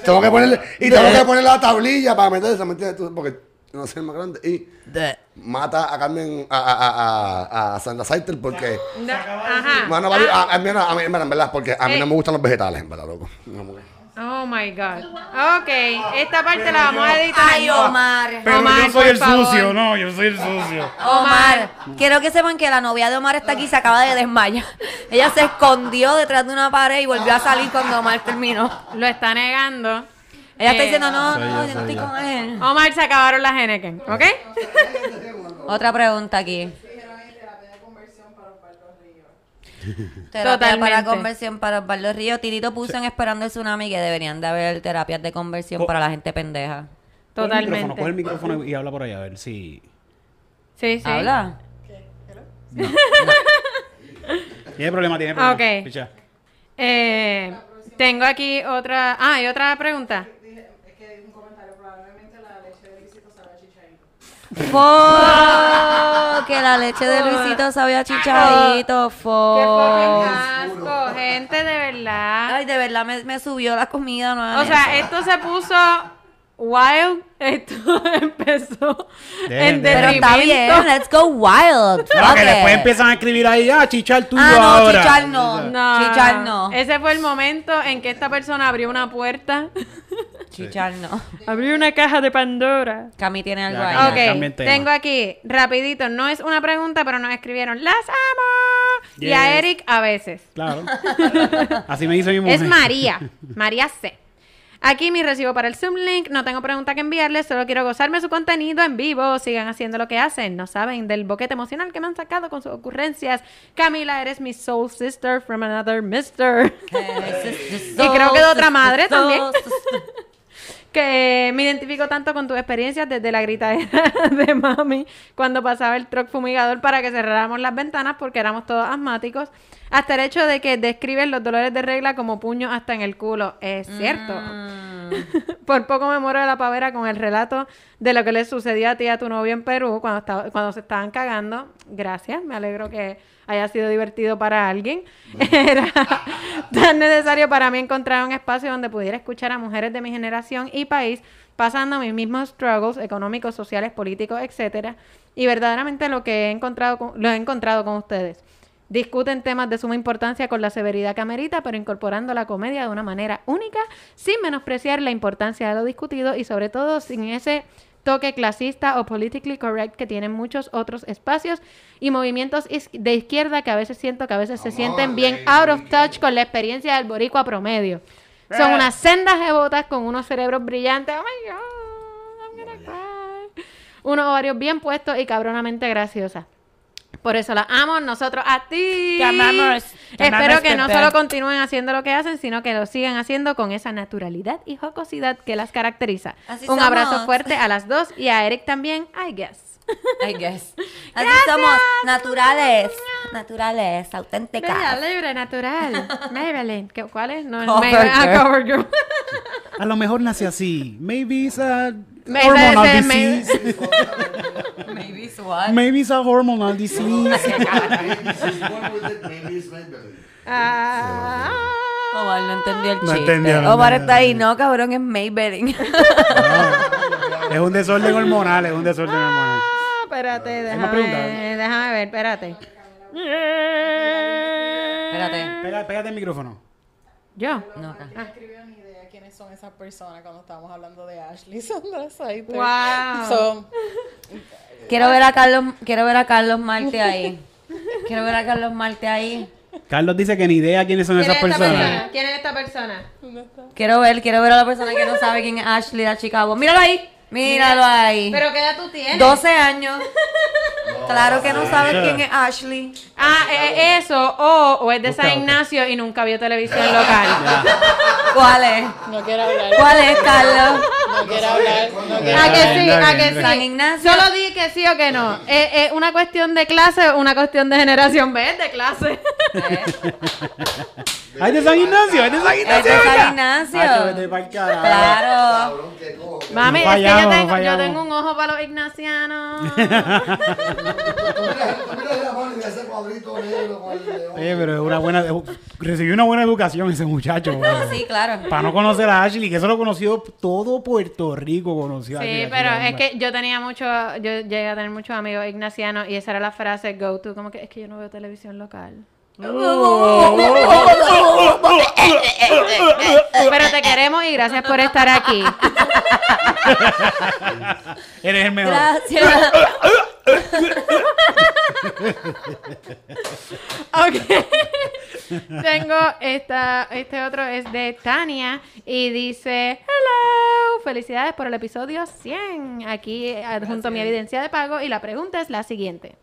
Tengo que ponerle, y tengo que ponerle la tablilla para meterse, ¿me entiendes? Tú, Porque no soy el más grande. Y De- mata a Carmen, a, a, a, a, a Sandra Saitel, porque. Da- Ajá. Mano, ah. vale, a, a mí, no- a mí, en verdad, en verdad, porque a Eh. mí Ey. no me gustan los vegetales, en verdad, loco. No, porque- Oh my God. Ok, esta parte la vamos a editar. Ay, Omar. Pero Omar, yo soy por el favor. sucio, no, yo soy el sucio. Omar, Mm. quiero que sepan que la novia de Omar está aquí y se acaba de desmayar. [laughs] Ella se escondió detrás de una pared y volvió a salir cuando Omar terminó. Lo está negando. Ella está Eh, diciendo, no, no, yo no estoy con él. Omar, se acabaron las Henneken, ¿ok? Otra pregunta aquí. Terapia Totalmente. para conversión para Osvaldo Río. Tirito puso en Esperando el Tsunami que deberían de haber terapias de conversión Co- para la gente pendeja. Totalmente. Coge el micrófono y habla por ahí, a ver si. Sí, sí. [laughs] ¿Habla? Tiene problema, tiene problema. Ok. Picha. Eh, tengo aquí otra. Ah, y otra pregunta. Fo- Que la leche de Luisito sabía a chichadito. ¡Qué Fo. fucking asco! Gente, de verdad. Ay, de verdad me, me subió la comida O Ah, nuevamente. sea, esto se puso wild. [laughs] Esto empezó Dejen, en dejen. pero está bien, detrimento. let's go [laughs] wild. Claro, fuck que it. después empiezan a escribir ahí, ah, chichar tuyo Ah, no, ahora. chichar no. No, Chichar no. Ese fue el momento en que esta persona abrió una puerta. [laughs] Chichar no. abrió una caja de Pandora. Cami tiene algo Ya, ahí. Cami. Ok, cambien tema. tengo aquí, rapidito, no es una pregunta, pero nos escribieron, las amo. Y a Yes. Eric a veces. Claro. Así me dice mi mujer. Es María, María C. Aquí mi recibo para el Zoom Link, no tengo pregunta que enviarles, solo quiero gozarme su contenido en vivo, sigan haciendo lo que hacen, no saben del boquete emocional que me han sacado con sus ocurrencias. Camila, eres mi soul sister from another mister. [laughs] Y creo que de otra madre también. que me identifico tanto con tus experiencias desde la gritadera [laughs] de mami cuando pasaba el truck fumigador para que cerráramos las ventanas porque éramos todos asmáticos, Mm. Mm. hasta el hecho de que describen los dolores de regla como puños hasta en el culo. Es cierto. Por poco me muero de la pavera con el relato de lo que le sucedió a ti y a tu novio en Perú cuando, estaba, cuando se estaban cagando. Gracias, me alegro que haya sido divertido para alguien. [laughs] Era tan necesario para mí encontrar un espacio donde pudiera escuchar a mujeres de mi generación y país pasando mis mismos struggles económicos, sociales, políticos, etcétera. Y verdaderamente lo que he encontrado con- lo he encontrado con ustedes. Discuten temas de suma importancia con la severidad que amerita, pero incorporando la comedia de una manera única, sin menospreciar la importancia de lo discutido y sobre todo sin ese toque clasista o politically correct que tienen muchos otros espacios y movimientos is- de izquierda que a veces siento que a veces se sienten bien out of touch con la experiencia del boricua promedio. Son Eh. unas sendas jebotas con unos cerebros brillantes. Oh my God, I'm gonna cry. Unos ovarios bien puestos y cabronamente graciosas. Por eso las amo nosotros a ti. Te amamos. Te Espero amamos, que no Pepe. solo continúen haciendo lo que hacen, sino que lo sigan haciendo con esa naturalidad y jocosidad que las caracteriza. Así Un abrazo somos. fuerte a las dos y a Eric también, I guess. I guess. Así somos naturales, naturales, auténticas. Bella, [laughs] libre, natural. Maybelline. ¿Qué- ¿Cuál es? No, Cover Maybelline. Ah, Girl. [laughs] Cover Girl. A lo mejor nace así. Maybe it's a Maybe it's hormonal a- disease. Maybe it's what? Maybe it's a hormonal [laughs] disease. Ah. Omar no entendió el No chiste. entendieron Omar nada. está ahí, no, cabrón, es Maybelline. [laughs] es un desorden hormonal, es un desorden hormonal. Ah, espérate, más preguntas? déjame, déjame ver, espérate. Espérate. Pega- pégate el micrófono. ¿Yo? No, acá. No escribió ni idea quiénes son esas personas cuando estábamos hablando de Ashley Sandra Saiter. Wow. So, Quiero ver a Carlos, quiero ver a Carlos Marte ahí. Quiero ver a Carlos Marte ahí. Carlos dice que ni idea quiénes son ¿Quién esas es esta personas. persona? ¿Quién es esta persona? Quiero ver, quiero ver a la persona que no sabe quién es Ashley de Chicago. Míralo ahí. Míralo ahí. ¿Pero qué edad tú tienes? 12 años. claro que no sabes quién es Ashley. Ah, eh, eso, o, o es de San Ignacio y nunca vio televisión local. ¿Cuál es? no quiero hablar. ¿Cuál es, Carlos? No quiero hablar. No quiero ¿A Ah, que hablar. sí? ¿A que sí? San Ignacio. Solo di que sí o que no. ¿Es es una cuestión de clase o una cuestión de generación? ¿Ves? De [laughs] clase. ¡Ay, de San Ignacio! ¡Ay, de San Es Ignacio! de San Hacho, Ignacio. vete pa'l carajo. Claro. Mami, No es que yo fallamos, tengo, no yo fallamos. tengo un ojo para los ignacianos. [laughs] Oye, Eh, pero es una buena. Recibió una buena educación ese muchacho. güey. Sí, claro. Para no conocer a Ashley, que eso lo conoció todo Puerto Rico. Conoció a Sí, Ashley, pero la es bomba. que yo tenía mucho, yo llegué a tener muchos amigos ignacianos y esa era la frase go to, como que es que yo no veo televisión local. Pero te queremos y gracias por estar aquí. Eres el mejor. Gracias. Ok. [laughs] Tengo esta, este otro es de Tania y dice, hello, felicidades por el episodio 100. Aquí adjunto mi evidencia de pago y la pregunta es la siguiente.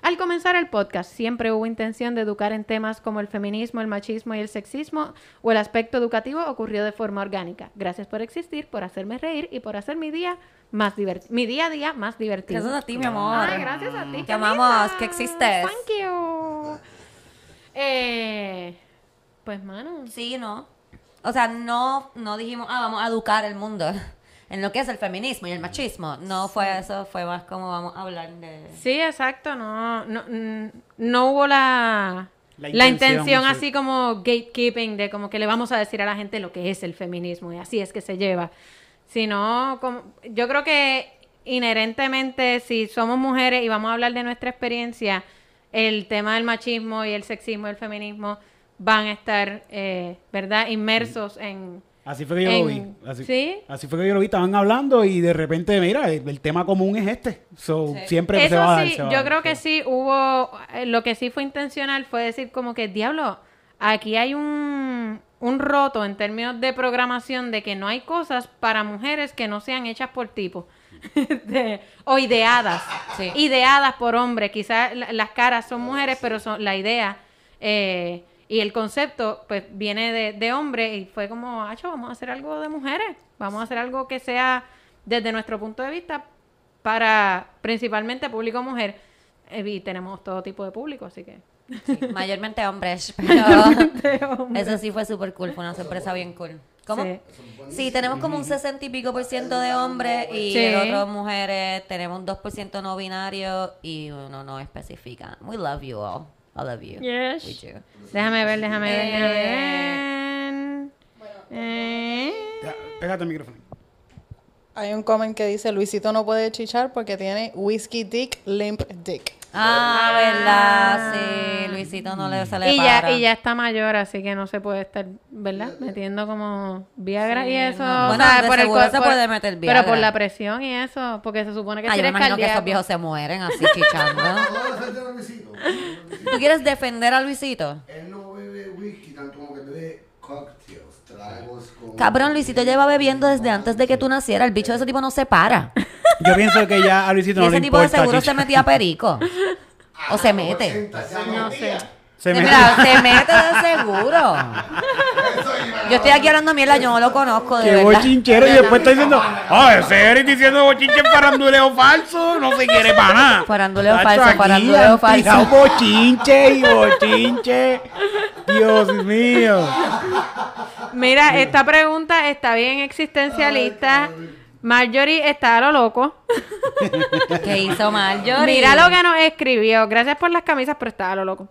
Al comenzar el podcast, siempre hubo intención de educar en temas como el feminismo, el machismo y el sexismo, o el aspecto educativo ocurrió de forma orgánica. Gracias por existir, por hacerme reír y por hacer mi día más divertido, mi día a día más divertido. Gracias a ti, mi amor. Ay, gracias a ti. Te amamos, que existe. existes. Thank you. Eh, pues, mano. Sí, no. O sea, no, no dijimos, ah, vamos a educar el mundo [laughs] en lo que es el feminismo y el machismo. No fue eso, fue más como vamos a hablar de... Sí, exacto. No, no, mm, no hubo la, La la intención, intención, sí. así como gatekeeping de como que le vamos a decir a la gente lo que es el feminismo y así es que se lleva. Sino, como, yo creo que inherentemente, si somos mujeres y vamos a hablar de nuestra experiencia, el tema del machismo y el sexismo y el feminismo van a estar, eh, ¿verdad?, inmersos en... Así fue que yo lo vi. en- Así, ¿Sí? así fue que yo lo vi. Estaban hablando y de repente, mira, el, el tema común es este. So, siempre Eso se va a dar. sí, se va a yo dar. creo que sí hubo, eh, lo que sí fue intencional fue decir como que, diablo, aquí hay un, un roto en términos de programación de que no hay cosas para mujeres que no sean hechas por [laughs] tipo. Este, o ideadas, Sí. ideadas por hombres, quizás la- las caras son mujeres, pero son la idea eh, y el concepto pues viene de, de hombre y fue como, hacho, vamos a hacer algo de mujeres, vamos a hacer algo que sea desde nuestro punto de vista para principalmente público mujer eh, y tenemos todo tipo de público, así que [laughs] Sí, mayormente hombres, pero eso sí fue súper cool, fue una sorpresa bien cool. ¿Cómo? Sí. Sí, tenemos como un 60 y pico por ciento de hombres y Sí. el otro mujeres. Tenemos un 2 por ciento no binario y uno no especifica. We love you all. I love you. Yes. We do. Déjame ver, déjame ver, Eh. déjame ver. Eh. Ya, Pégate el micrófono. Hay un comment que dice, Luisito no puede chichar porque tiene whiskey dick, limp dick. Ah, verdad, sí. Luisito no le se le Y para. ya, y ya está mayor, así que no se puede estar, ¿verdad? Metiendo como Viagra y eso. no. o Bueno, sea, de por el seguro cor- se por- puede meter Pero Viagra. por la presión y eso, porque se supone que pues. Ah, yo me tienes imagino que cardíaco. esos viejos se mueren así chichando. ¿Tú quieres defender a Luisito? Él no bebe whisky tanto como que bebe cocktails, tragos con... Cabrón, Luisito lleva bebiendo desde antes de que tú nacieras. El bicho de ese tipo no se para. Yo pienso que ya a Luisito y no ese le tipo de importa. seguro chicho. se metía perico. O se mete. No sé. Se Mira, mete. se mete de seguro. Yo estoy aquí hablando mierda, yo no lo conozco de [laughs] Que verdad. bochinchero y después [laughs] está diciendo, ah, ese Eric diciendo bochinche faranduleo falso, no se quiere para nada. Faranduleo Tacho, falso, aquí faranduleo han tirado falso. bochinche y bochinche. Dios mío. Mira, esta pregunta está bien existencialista. Marjorie está a lo loco. ¿Qué hizo mal, Jory? Mira lo que nos escribió. Gracias por las camisas, pero está a lo loco.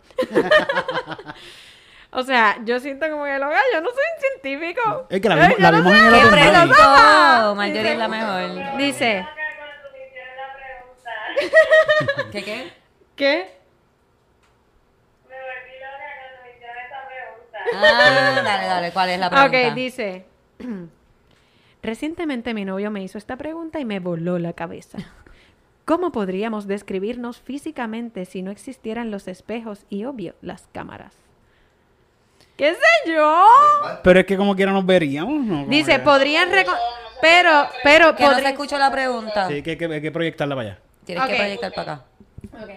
[laughs] o sea, yo siento como que lo yo no soy un científico. Es que la Ay, vimos- yo la no vimos sé. en el ¡Qué Open Pero Mic. no fresco! sabe. "Ah, Marjorie es la mejor. Dice, ¿Qué qué? ¿qué? Ah, dale, dale, ¿cuál es la pregunta? Ok, dice. [clears throat] Recientemente mi novio me hizo esta pregunta y me voló la cabeza. ¿Cómo podríamos describirnos físicamente si no existieran los espejos y, obvio, las cámaras? ¿Qué sé yo? Pero es que como quiera nos veríamos, ¿no? Como Dice, que- podrían... reco- Pero, pero... que no se podri- escuchó la pregunta. Sí, que hay que, hay que proyectarla para allá. Tienes Ok. que proyectar para acá. Ok.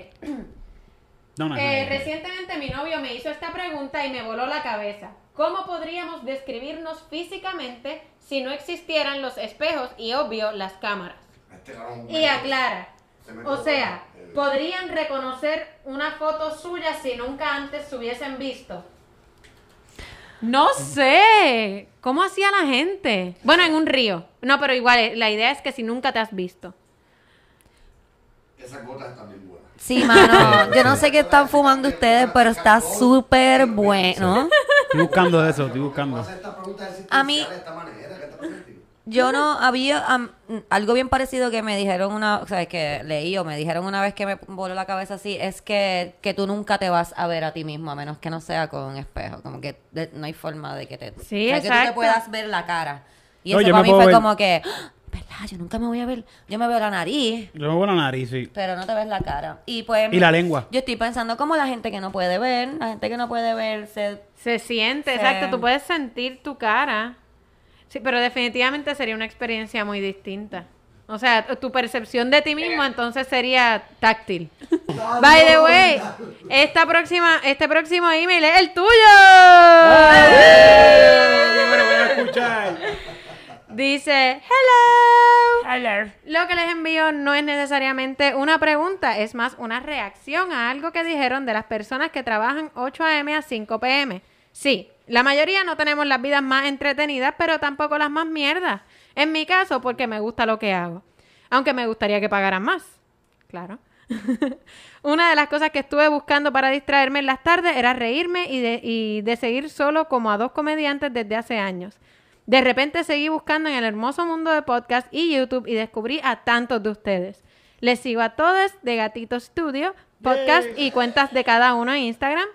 No, no, no, Eh, no. recientemente mi novio me hizo esta pregunta y me voló la cabeza. ¿Cómo podríamos describirnos físicamente si no existieran los espejos y obvio las cámaras? Y aclara. O sea, podrían reconocer una foto suya si nunca antes se hubiesen visto. No sé. ¿Cómo hacía la gente? Bueno, en un río. No, pero igual, eh, la idea es que si nunca te has visto. Esas gotas están bien buenas. Sí, mano. Yo no sé qué están fumando ustedes, pero está súper bueno. Estoy buscando eso, estoy buscando. Esta pregunta es A mí- de esta manera, ¿qué está pasando contigo? Yo no había am, algo bien parecido que me dijeron una, o sea, que leí o me dijeron una vez que me voló la cabeza así, es que, que tú nunca te vas a ver a ti mismo a menos que no sea con un espejo, como que de- no hay forma de que te Sí, o sea, que tú te exacto. puedas ver la cara. Y No, eso yo para me mí puedo fue ver. como que, ¡Ah! ¿verdad? Yo nunca me voy a ver, yo me veo la nariz, Yo me voy a la nariz, sí. pero no te ves la cara. Y pues Y la lengua. yo estoy pensando como la gente que no puede ver, la gente que no puede [laughs] verse Se siente, Sí. exacto. Tú puedes sentir tu cara. Sí, pero definitivamente sería una experiencia muy distinta. O sea, tu- tu percepción de ti mismo entonces sería táctil. By the way, esta próxima, este próximo email es el tuyo. Dice, hello. Lo que les envío no es necesariamente una pregunta, es más una reacción a algo que dijeron de las personas que trabajan 8 a.m. a 5 p.m. Sí, la mayoría no tenemos las vidas más entretenidas, pero tampoco las más mierdas. En mi caso, porque me gusta lo que hago. Aunque me gustaría que pagaran más. Claro. [laughs] Una de las cosas que estuve buscando para distraerme en las tardes era reírme y de, y de seguir solo como a dos comediantes desde hace años. De repente seguí buscando en el hermoso mundo de podcast y YouTube y descubrí a tantos de ustedes. Les sigo a todos de Gatito Studio, podcast y cuentas de cada uno en Instagram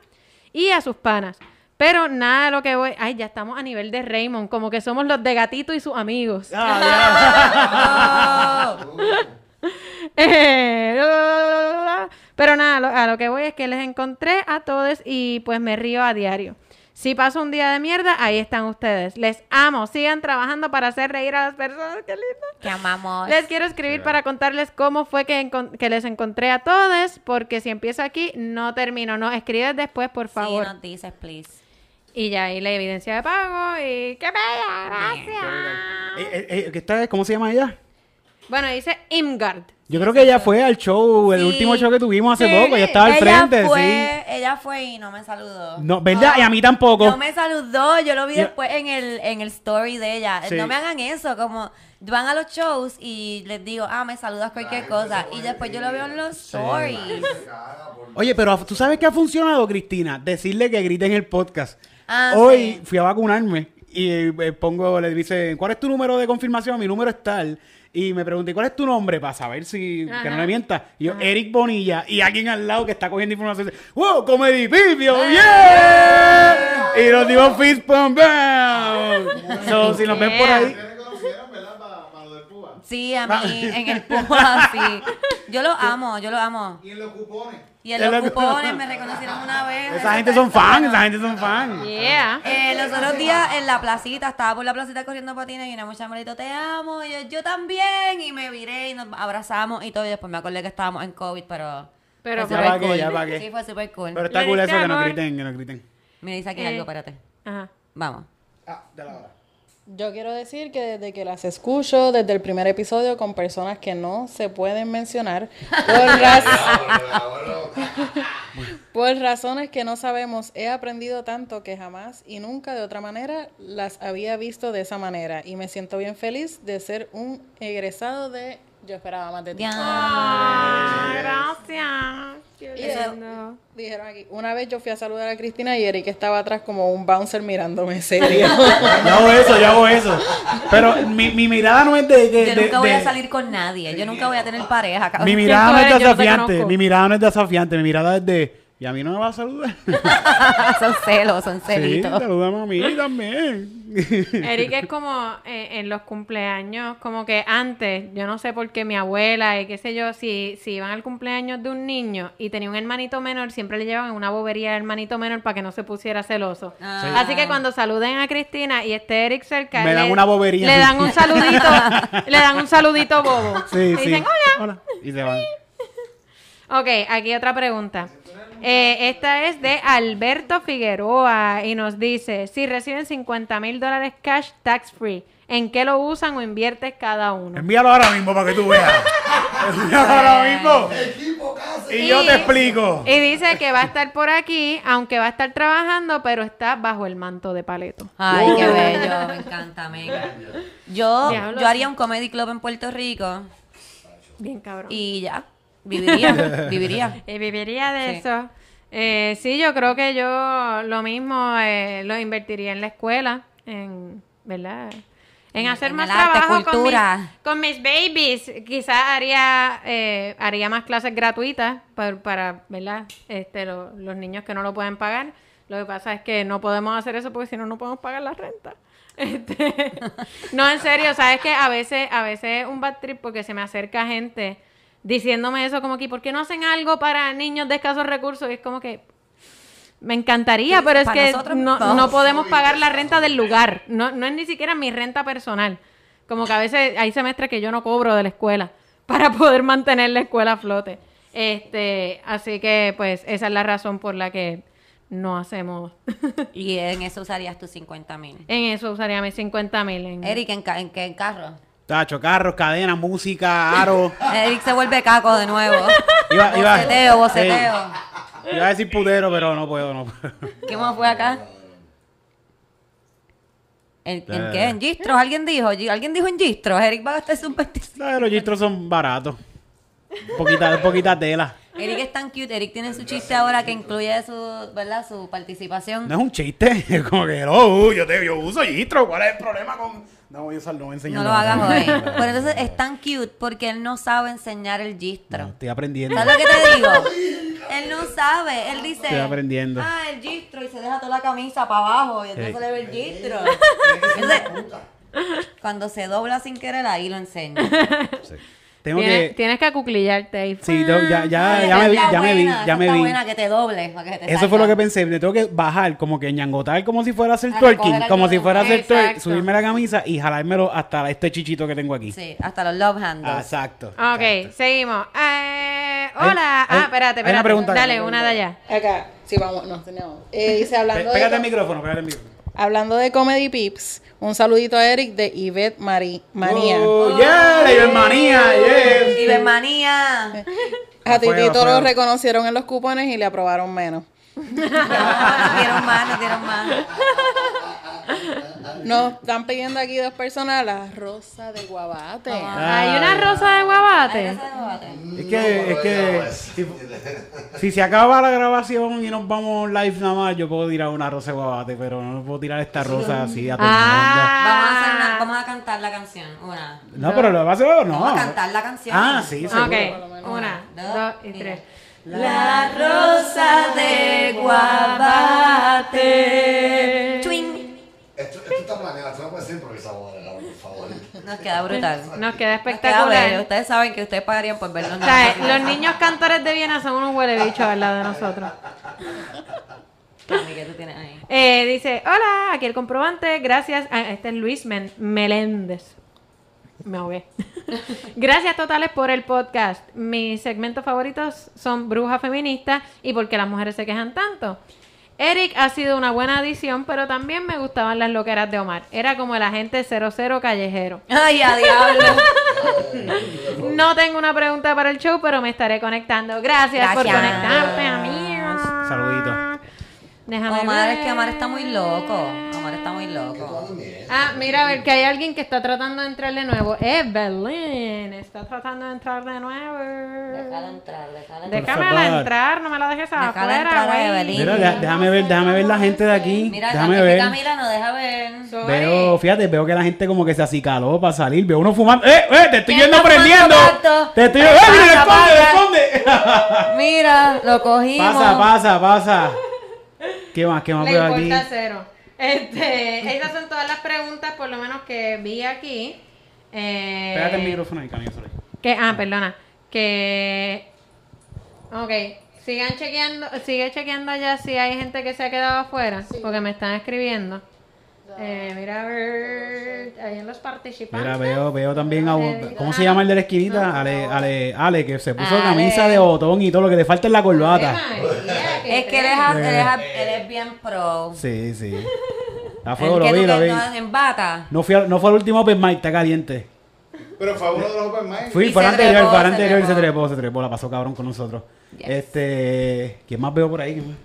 y a sus panas. Pero nada de lo que voy... Ay, ya estamos a nivel de Raymond, como que somos los de Gatito y sus amigos. Eh, la, la, la, la, la. [laughs] Pero nada, lo- a lo que voy es que les encontré a todos y pues me río a diario. Si paso un día de mierda, ahí están ustedes. Les amo. Sigan trabajando para hacer reír a las personas. ¡Qué lindo! que amamos. Les quiero escribir para contarles cómo fue que, encon- que les encontré a todos, porque si empiezo aquí, no termino. No, escribes después, por favor. Sí, nos dices, please. Y ya ahí la evidencia de pago y... ¡Qué bella! ¡Gracias! Eh, eh, eh, ¿qué está? ¿Cómo se llama ella? Bueno, dice Imgard. Yo creo que ella fue al show, el Sí. último show que tuvimos hace Sí. poco. Ella estaba al Ella frente, fue, Ella fue y no me saludó. sí. No, ¿verdad? y a mí tampoco. No me saludó, yo lo vi Yo- después en el, en el story de ella. Sí. No me hagan eso, como van a los shows y les digo, ah, me saludas cualquier cosa. Y después yo lo veo en los stories. Oye, pero tú sabes que ha funcionado, Cristina, decirle que grite en el podcast. Ah, Hoy fui a vacunarme y eh, pongo, le dice, ¿cuál es tu número de confirmación? Mi número es tal. Y me pregunté, ¿cuál es tu nombre? Para saber si, que no Ajá. le mienta. Y yo, Eric Bonilla. Y alguien al lado que está cogiendo información dice, ¡Wow, Comedy Pipio! Eh. ¡Yeah! Y nos dimos fist pump. bam. So, si nos ven por ahí. Sí, a mí, en el púa, sí. Yo [laughs] lo amo, yo lo amo. Y en los cupones. Y en los cupones [laughs] me reconocieron una vez. Esa gente son fans, esa gente son fans. Yeah. Eh, los otros días en la placita, estaba por la placita corriendo patines y una muchacha me dijo, te amo, y yo, yo también, y me viré y nos abrazamos y todo, y después me acordé que estábamos en COVID, pero... Pero fue Ya va súper que, cool. ya va que. Sí, fue súper cool. Pero está Le cool diste eso que nos amor. griten, que nos griten. Mira, dice aquí Eh. algo, espérate. Ajá. Vamos. Yo quiero decir que desde que las escucho, desde el primer episodio, con personas que no se pueden mencionar, por, raz- [laughs] por razones que no sabemos, he aprendido tanto que jamás y nunca de otra manera las había visto de esa manera. Y me siento bien feliz de ser un egresado de Yo esperaba más de ti. Ah. gracias. Qué Eso- lindo. Dijeron aquí, una vez yo fui a saludar a Cristina y Eric estaba atrás como un bouncer mirándome Yo serio. hago eso, yo hago eso. Pero mi, mi mirada no es de. de- Yo de- nunca voy a de- salir con nadie, yo nunca voy a tener pareja. cabrón. Mi mirada no eres? es Yo no te desafiante. conozco. Mi mirada no es desafiante. Mi mirada es de. Y a mí no me va [laughs] a saludar. [laughs] son celos, son Sí, celitos. saludame a mí también. [laughs] Eric es como eh, en los cumpleaños, como que antes, yo no sé por qué mi abuela y qué sé yo, si, si iban al cumpleaños de un niño y tenía un hermanito menor, siempre le llevaban una bobería al hermanito menor para que no se pusiera celoso. Ah. Así que cuando saluden a Cristina y esté Eric cerca, Me dan le, una bobería. le dan un saludito, le dan un saludito bobo. Sí, y sí. dicen, hola. Hola. Y se van. Ok, aquí otra pregunta. Eh, esta es de Alberto Figueroa y nos dice, si reciben 50 mil dólares cash tax free, ¿en qué lo usan o inviertes cada uno? Envíalo ahora mismo para que [laughs] tú veas. Envíalo ahora mismo. Y yo Sí. te explico. Y dice que va a estar por aquí, aunque va a estar trabajando, pero está bajo el manto de paleto. Ay, qué Wow. bello, me encanta, me encanta. Yo, Diablo, yo haría un comedy club en Puerto Rico Bien cabrón. Y, y ya, [laughs] viviría, viviría. [laughs] viviría de Sí. eso. Eh, sí, yo creo que yo lo mismo eh, lo invertiría en la escuela, en, ¿verdad? En En- hacer en más el arte, trabajo con mis, cultura. con mis babies. Quizás haría eh, haría más clases gratuitas para, para ¿verdad? Este, lo- los niños que no lo pueden pagar. Lo que pasa es que no podemos hacer eso porque si no, no podemos pagar la renta. Este, no, en serio, sabes que a veces, a veces es un bad trip porque se me acerca gente diciéndome eso como que, ¿por qué no hacen algo para niños de escasos recursos? Y es como que, me encantaría, Sí, pero es para que nosotros no, no. no podemos pagar la renta del lugar. No, no es ni siquiera mi renta personal. Como que a veces hay semestres que yo no cobro de la escuela [laughs] para poder mantener la escuela a flote. Este, así que pues esa es la razón por la que no hacemos. Y en eso usarías tus 50 mil. en eso usaría mis 50 mil. Eric, ¿en, ca- en qué en carro? Tacho, carros, cadena, música, aro. Eric se vuelve caco de nuevo. [laughs] Iba- iba- Boceteo, boceteo. Iba a decir putero, pero no puedo, no puedo. [laughs] ¿Qué más fue acá? ¿En, en qué? ¿En gistros? ¿Alguien dijo? Gi- ¿Alguien dijo en gistros? Eric va a gastarse un vestido. No, los gistros son baratos. Poquita, poquita tela. Eric es tan cute. Eric tiene su chiste ahora que incluye su, ¿verdad? Su participación. No es un chiste. [laughs] Es como que, oh, yo, te, yo uso gistro. ¿Cuál es el problema con.? No voy a usar, no voy a enseñar No lo nada. hagas hoy. [laughs] Pero entonces es tan cute porque él no sabe enseñar el No, gistro. estoy aprendiendo. ¿Sabes lo que te digo? Él no sabe. Él dice. Estoy aprendiendo. Ah, el gistro. Y se deja toda la camisa para abajo. Y entonces Sí. le ve el gistro. Entonces, cuando se dobla sin querer, ahí lo enseña. Tengo tienes, que. tienes que acuclillarte ahí. Sí, tengo- [laughs] ya, ya, ya me vi, ya me vi, ya me Está vi. buena que te doble. para que te Eso fue lo que salga. pensé. Me tengo que bajar, como que ñangotar, como si fuera a hacer A recoger twerking. el Como si fuera a hacer twerking. Exacto. Subirme la camisa y jalármelo hasta este chichito que tengo aquí. Sí, hasta los love Ah, handles. Exacto. Ah, Ok, exacto. seguimos. Eh, Hay- hola. hay- ah, espérate, hay espérate. una pregunta acá, Dale, una una de allá. Acá, sí, vamos, no, no. Eh, dice Pe- hablando de... pégate el micrófono, pégate el micrófono. Hablando de Comedy Pips, un saludito a Eric de Yvette Mari- Manía. Oh, yeah, la Yvette Oh, Manía, yes. Yvette [laughs] Manía. A Fuego, Titito lo fuego. reconocieron en los cupones y le aprobaron menos. dieron más, nos dieron más. Nos están pidiendo aquí dos personas la rosa de guabate. Ah. Hay una rosa de guabate. Es que, es que si, si se acaba la grabación y nos vamos live nada más, yo puedo tirar una rosa de guabate, pero no puedo tirar esta rosa así a todo el mundo. Vamos a, hacer Ah. una- vamos a cantar la canción. Una. No, pero lo vas a hacer o no. Vamos a cantar la canción. Ah, sí, seguro. Ok, una, dos y tres. La rosa de guabate. Twing. Esto, esto está planeado, esto no puede ser improvisado ahora, cabrón, por favor. Nos queda brutal. Nos queda Queda bello. espectacular. Ustedes saben que ustedes pagarían por vernos. O sea, los niños cantores de Viena son unos huelebichos al lado de nosotros. Cami, ¿qué tú tienes ahí? Eh, dice, hola, aquí el comprobante, gracias. a este es Luis Men- Meléndez. Me ahogué. [laughs] gracias totales por el podcast. Mis segmentos favoritos son Bruja Feminista y porque las mujeres se quejan tanto. Eric ha sido una buena adición, pero también me gustaban las loqueras de Omar. Era como el agente 00 callejero. Ay, a [laughs] diablo. No tengo una pregunta para el show, pero me estaré conectando. Gracias, por Gracias. conectarte, amigos. Saludito. Déjame Omar, ver. es que Omar está muy loco. Omar está muy loco. Ah, mira, a ver, que hay alguien que está tratando de entrar de nuevo. Evelyn está tratando de entrar de Déjala nuevo. entrar, déjala entrar. Déjamela favor. entrar, no me la dejes Déjala afuera, entrar a güey. Evelyn. Mira, deja- déjame ver, déjame ver la gente de aquí. Mira, déjame Cami- ver. Camila no deja ver. Veo, fíjate, veo que la gente como que se acicaló para salir. Veo uno fumando. ¡Eh, eh! ¡Te estoy ¿Quién viendo está prendiendo! fumando pasto? ¡Te estoy Pasa, ¡Eh, mira, pasa. esconde, esconde! Mira, lo cogimos. pasa, pasa, pasa. ¿Qué más? ¿Qué más Le veo aquí? importa cero. Este, [laughs] esas son todas las preguntas, por lo menos que vi aquí. Eh, Pégate el micrófono ahí, Cami, sorry. Que, ah, perdona. Que. Ok. Sigan chequeando, sigue chequeando allá si hay gente que se ha quedado afuera, porque me están escribiendo. Eh, mira, a ver, ahí en los participantes. Mira, veo, veo también a un- ¿Cómo se llama el de la esquinita? Ale, Ale, Ale, que se puso Ale. camisa de botón y todo lo que le falta es la corbata. Ay, María, qué Es que él es, eh, él es- él es bien pro. Sí, [laughs] sí. A El fuego lo que vi, tú lo te- vi. no, en bata. No, fui al- no fue el último open mic, está caliente. Pero fue uno de los open mic. Fui, Y fue se el anterior, trepó, fue el se anterior, y se trepó. trepó, se trepó, la pasó cabrón con nosotros. Este, ¿quién más veo por ahí? ¿Quién más?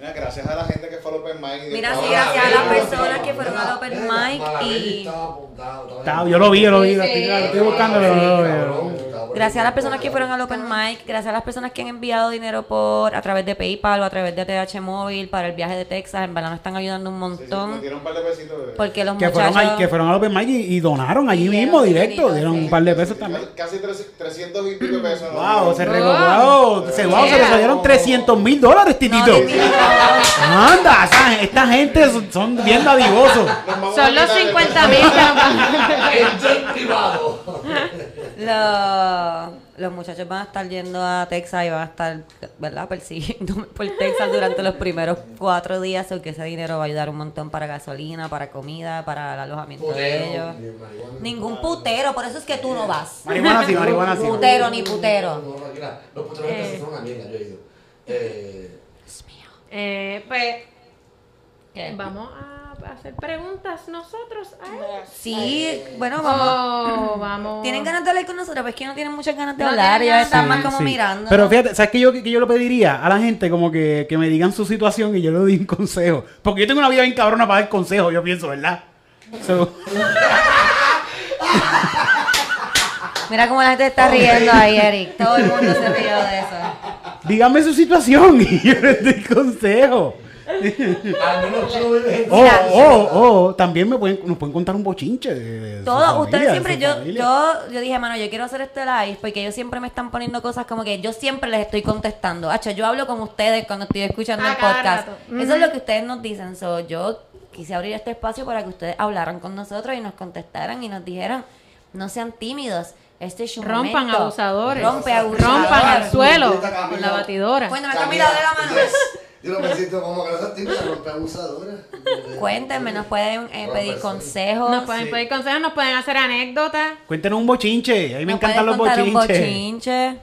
Mira, gracias a la gente que fue al open mic. y Mira, estaba- sí, gracias a las eh, Mira, personas que fueron al Open Mic y. Estaba- yo lo vi, yo lo vi, lo estoy, Sí. lo estoy buscando, pero no lo veo. Gracias a las personas que fueron al Open Mic, gracias a las personas que han enviado dinero por a través de PayPal o a través de TH Móvil para el viaje de Texas, en verdad nos están ayudando un Sí, sí, nos montón. dieron un par de besitos. bebé. Porque los Que fueron, al, muchachos. que fueron al open mic y, y donaron allí Dieron mismo, directo, dinerito, dieron sí. un par de pesos también. Casi tres- 300 y pico de pesos. nos Wow, dieron. se regaló, wow, se, wow, se Yeah. resolvieron 300 mil dólares, titito. Anda, esa- esta gente son, son bien dadivosos. Nos vamos a Son los quitar el- 50 mil. Lo- los muchachos van a estar yendo a Texas y van a estar, ¿verdad?, persiguiendo por Texas durante los primeros cuatro días, aunque ese dinero va a ayudar un montón para gasolina, para comida, para el alojamiento de ellos. Ningún putero, por eso es que tú no vas. Marihuana sí, marihuana sí. Putero ni putero. Los puteros en casa son una mierda, yo he ido. Eh, Eh, pues ¿Qué? vamos a hacer preguntas nosotros a ellos. Sí, bueno, vamos. Oh, vamos. ¿Tienen ganas de hablar con nosotros? Pero es que no tienen muchas ganas de No hablar, tienen ya ganas. están más Sí, como sí. mirando. Pero fíjate, ¿sabes qué yo, que yo le pediría a la gente? Como que, que me digan su situación y yo le doy un consejo. Porque yo tengo una vida bien cabrona para dar consejos, yo pienso, ¿verdad? So- Mira cómo la gente está Oh. riendo [laughs] ahí, Eric. Todo el mundo se rió de eso. díganme su situación y yo les doy consejo. algunos tú vives en O, o, o, también me pueden, nos pueden contar un bochinche de, de su Todo, familia, ustedes de siempre, su yo, familia. yo, yo dije, mano, yo quiero hacer este live porque ellos siempre me están poniendo cosas como que yo siempre les estoy contestando. Hacho, yo hablo con ustedes cuando estoy escuchando A el cada podcast. rato. Eso es lo que ustedes nos dicen. So, yo quise abrir este espacio para que ustedes hablaran con nosotros y nos contestaran y nos dijeran, no sean tímidos. Este es un Rompan momento. abusadores. Rompe abusadores. Rompan al suelo Esta Camila. con la batidora. Cuéntame, Camila, de la mano. yes. Yo no me siento como que no soy tímida, rompe abusadora. Cuéntenme, nos pueden eh, pedir consejos. Nos pueden pedir consejos, nos pueden hacer anécdotas. Cuéntenos un bochinche, a mí me Nos encantan los pueden contar bochinches. un bochinche.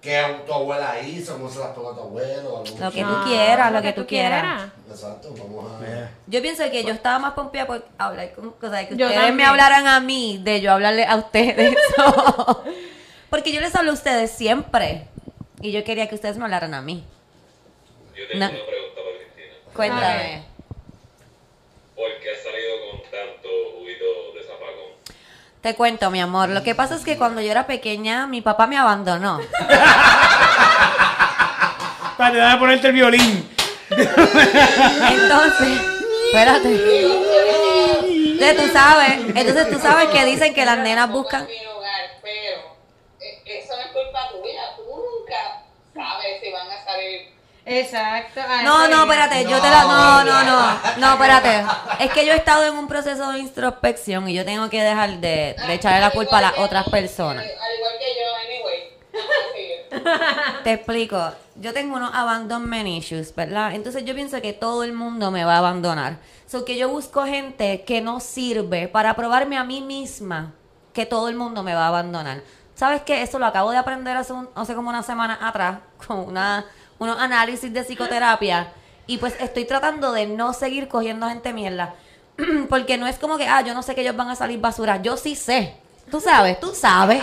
que tu abuela hizo, cómo se las tocó tu abuelo. algún Lo que chiste. tú quieras, lo Ah, que tú quieras. Exacto, vamos a... Yo pienso que yo estaba más pompeada por hablar con o sea, que Yo ustedes me también. hablaran a mí de yo hablarle a ustedes. [laughs] So, Porque yo les hablo a ustedes siempre. Y yo quería que ustedes me hablaran a mí. Yo tengo No. una pregunta para Cristina. Cuéntame. ¿Por qué has salido con tanto huido de zapacón? Te cuento, mi amor. Lo que pasa es que cuando yo era pequeña, mi papá me abandonó. [laughs] Dale, dale a ponerte el violín. Entonces, espérate. [laughs] Entonces tú sabes, entonces tú sabes que dicen que las nenas buscan. eh, Eso no es culpa tuya, tú nunca sabes si van a salir. Exacto. Ah, No, eso no, es- espérate, yo te la. No, no, no. No, espérate. Es que yo he estado en un proceso de introspección y yo tengo que dejar de, de echarle la culpa a las otras personas. eh, Al igual que yo, anyway. [laughs] Te explico. Yo tengo unos abandonment issues, ¿verdad? Entonces yo pienso que todo el mundo me va a abandonar. So que yo busco gente que no sirve para probarme a mí misma que todo el mundo me va a abandonar. ¿Sabes qué? Eso lo acabo de aprender hace, un- hace como una semana atrás [laughs] con una, unos análisis de psicoterapia. Y pues estoy tratando de no seguir cogiendo gente mierda. [clears throat] Porque no es como que, ah, yo no sé que ellos van a salir basura. Yo sí sé. Tú sabes, tú sabes.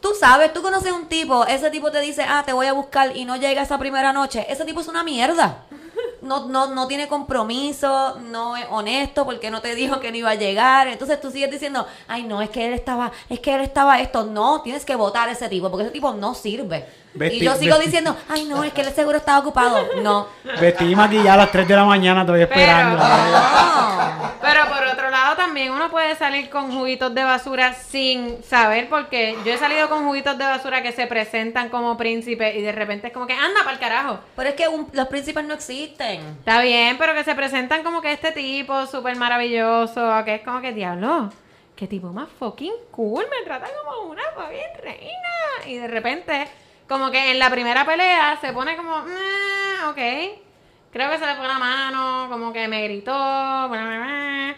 Tú sabes, tú conoces un tipo, ese tipo te dice, ah, te voy a buscar y no llega esa primera noche. Ese tipo es una mierda. No, no, no tiene compromiso, no es honesto porque no te dijo que no iba a llegar. Entonces tú sigues diciendo, ay, no, es que él estaba, es que él estaba esto. No, tienes que votar a ese tipo porque ese tipo no sirve. Vesti- y yo sigo vesti- diciendo, ay, no, es que él seguro estaba ocupado. [laughs] No. Vestí y maquillada a las 3 de la mañana, todavía esperando. Pero por otro lado también uno puede salir con juguitos de basura sin saber porque yo he salido con juguitos de basura que se presentan como príncipes y de repente es como que anda para el carajo. Pero es que los príncipes no existen. Está bien, pero que se presentan como que este tipo súper maravilloso, que es como que diablo, qué tipo más fucking cool, me trata como una fucking reina. Y de repente, como que en la primera pelea se pone como, "Mm, ok, creo que se le fue la mano, como que me gritó, bla, bla, bla".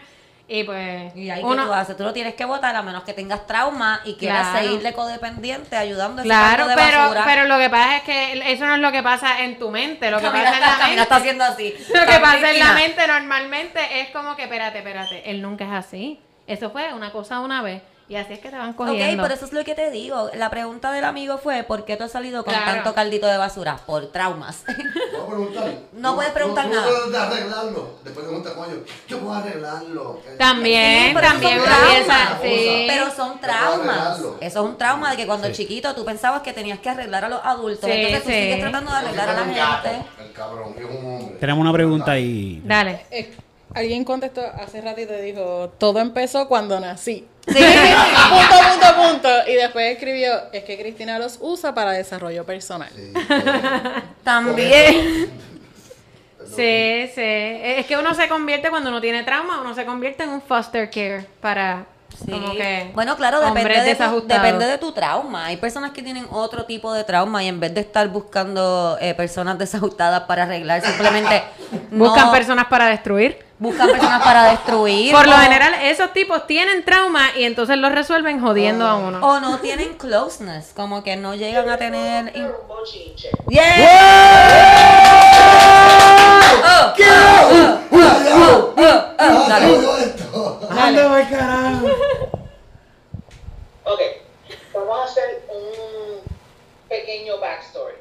y pues... Y ahí que uno- tú haces, tú lo tienes que votar a menos que tengas trauma y quieras Claro. seguirle codependiente ayudando a ese Claro, canto de pero, basura. pero lo que pasa es que eso no es lo que pasa en tu mente, lo que Camila pasa en está- la Camila mente. está haciendo así. Lo que pasa en Cristina. la mente normalmente es como que, espérate, espérate, él nunca es así. Eso fue una cosa una vez y así es que te van cogiendo. Ok, pero eso es lo que te digo. La pregunta del amigo fue, ¿por qué tú has salido con Claro. tanto caldito de basura? Por traumas. No puedes preguntar tú, tú nada. puedes arreglarlo. Después pregunta, coño, yo puedo arreglarlo. [laughs] Sí, pero son una traumas. pieza, sí. Pero son Para traumas. arreglarlo. Eso es un trauma de que cuando chiquito tú pensabas que tenías que arreglar a los adultos. Sí, entonces tú sí. sigues tratando de arreglar a la gente. El cabrón, es un hombre. Tenemos una pregunta ahí. Dale. Eh, alguien contestó hace ratito y dijo, todo empezó cuando nací. [laughs] punto, punto, punto. Y después escribió, es que Cristina los usa para desarrollo personal. [laughs] También. Sí, sí. Es que uno se convierte cuando uno tiene trauma, uno se convierte en un foster care para como que Bueno, claro, depende de, hombres tu, desajustados. depende de tu trauma. Hay personas que tienen otro tipo de trauma y en vez de estar buscando eh, personas desajustadas para arreglar, simplemente no- [laughs] Buscan personas para destruir. buscan personas para destruir. [laughs] Por lo o- general, esos tipos tienen trauma y entonces los resuelven jodiendo a uno. O no tienen closeness, como que no llegan a tener. in- Yeah. Oh, oh, oh, oh, oh, oh. Dale. Anda, va carajo. Ok, vamos a hacer un pequeño backstory.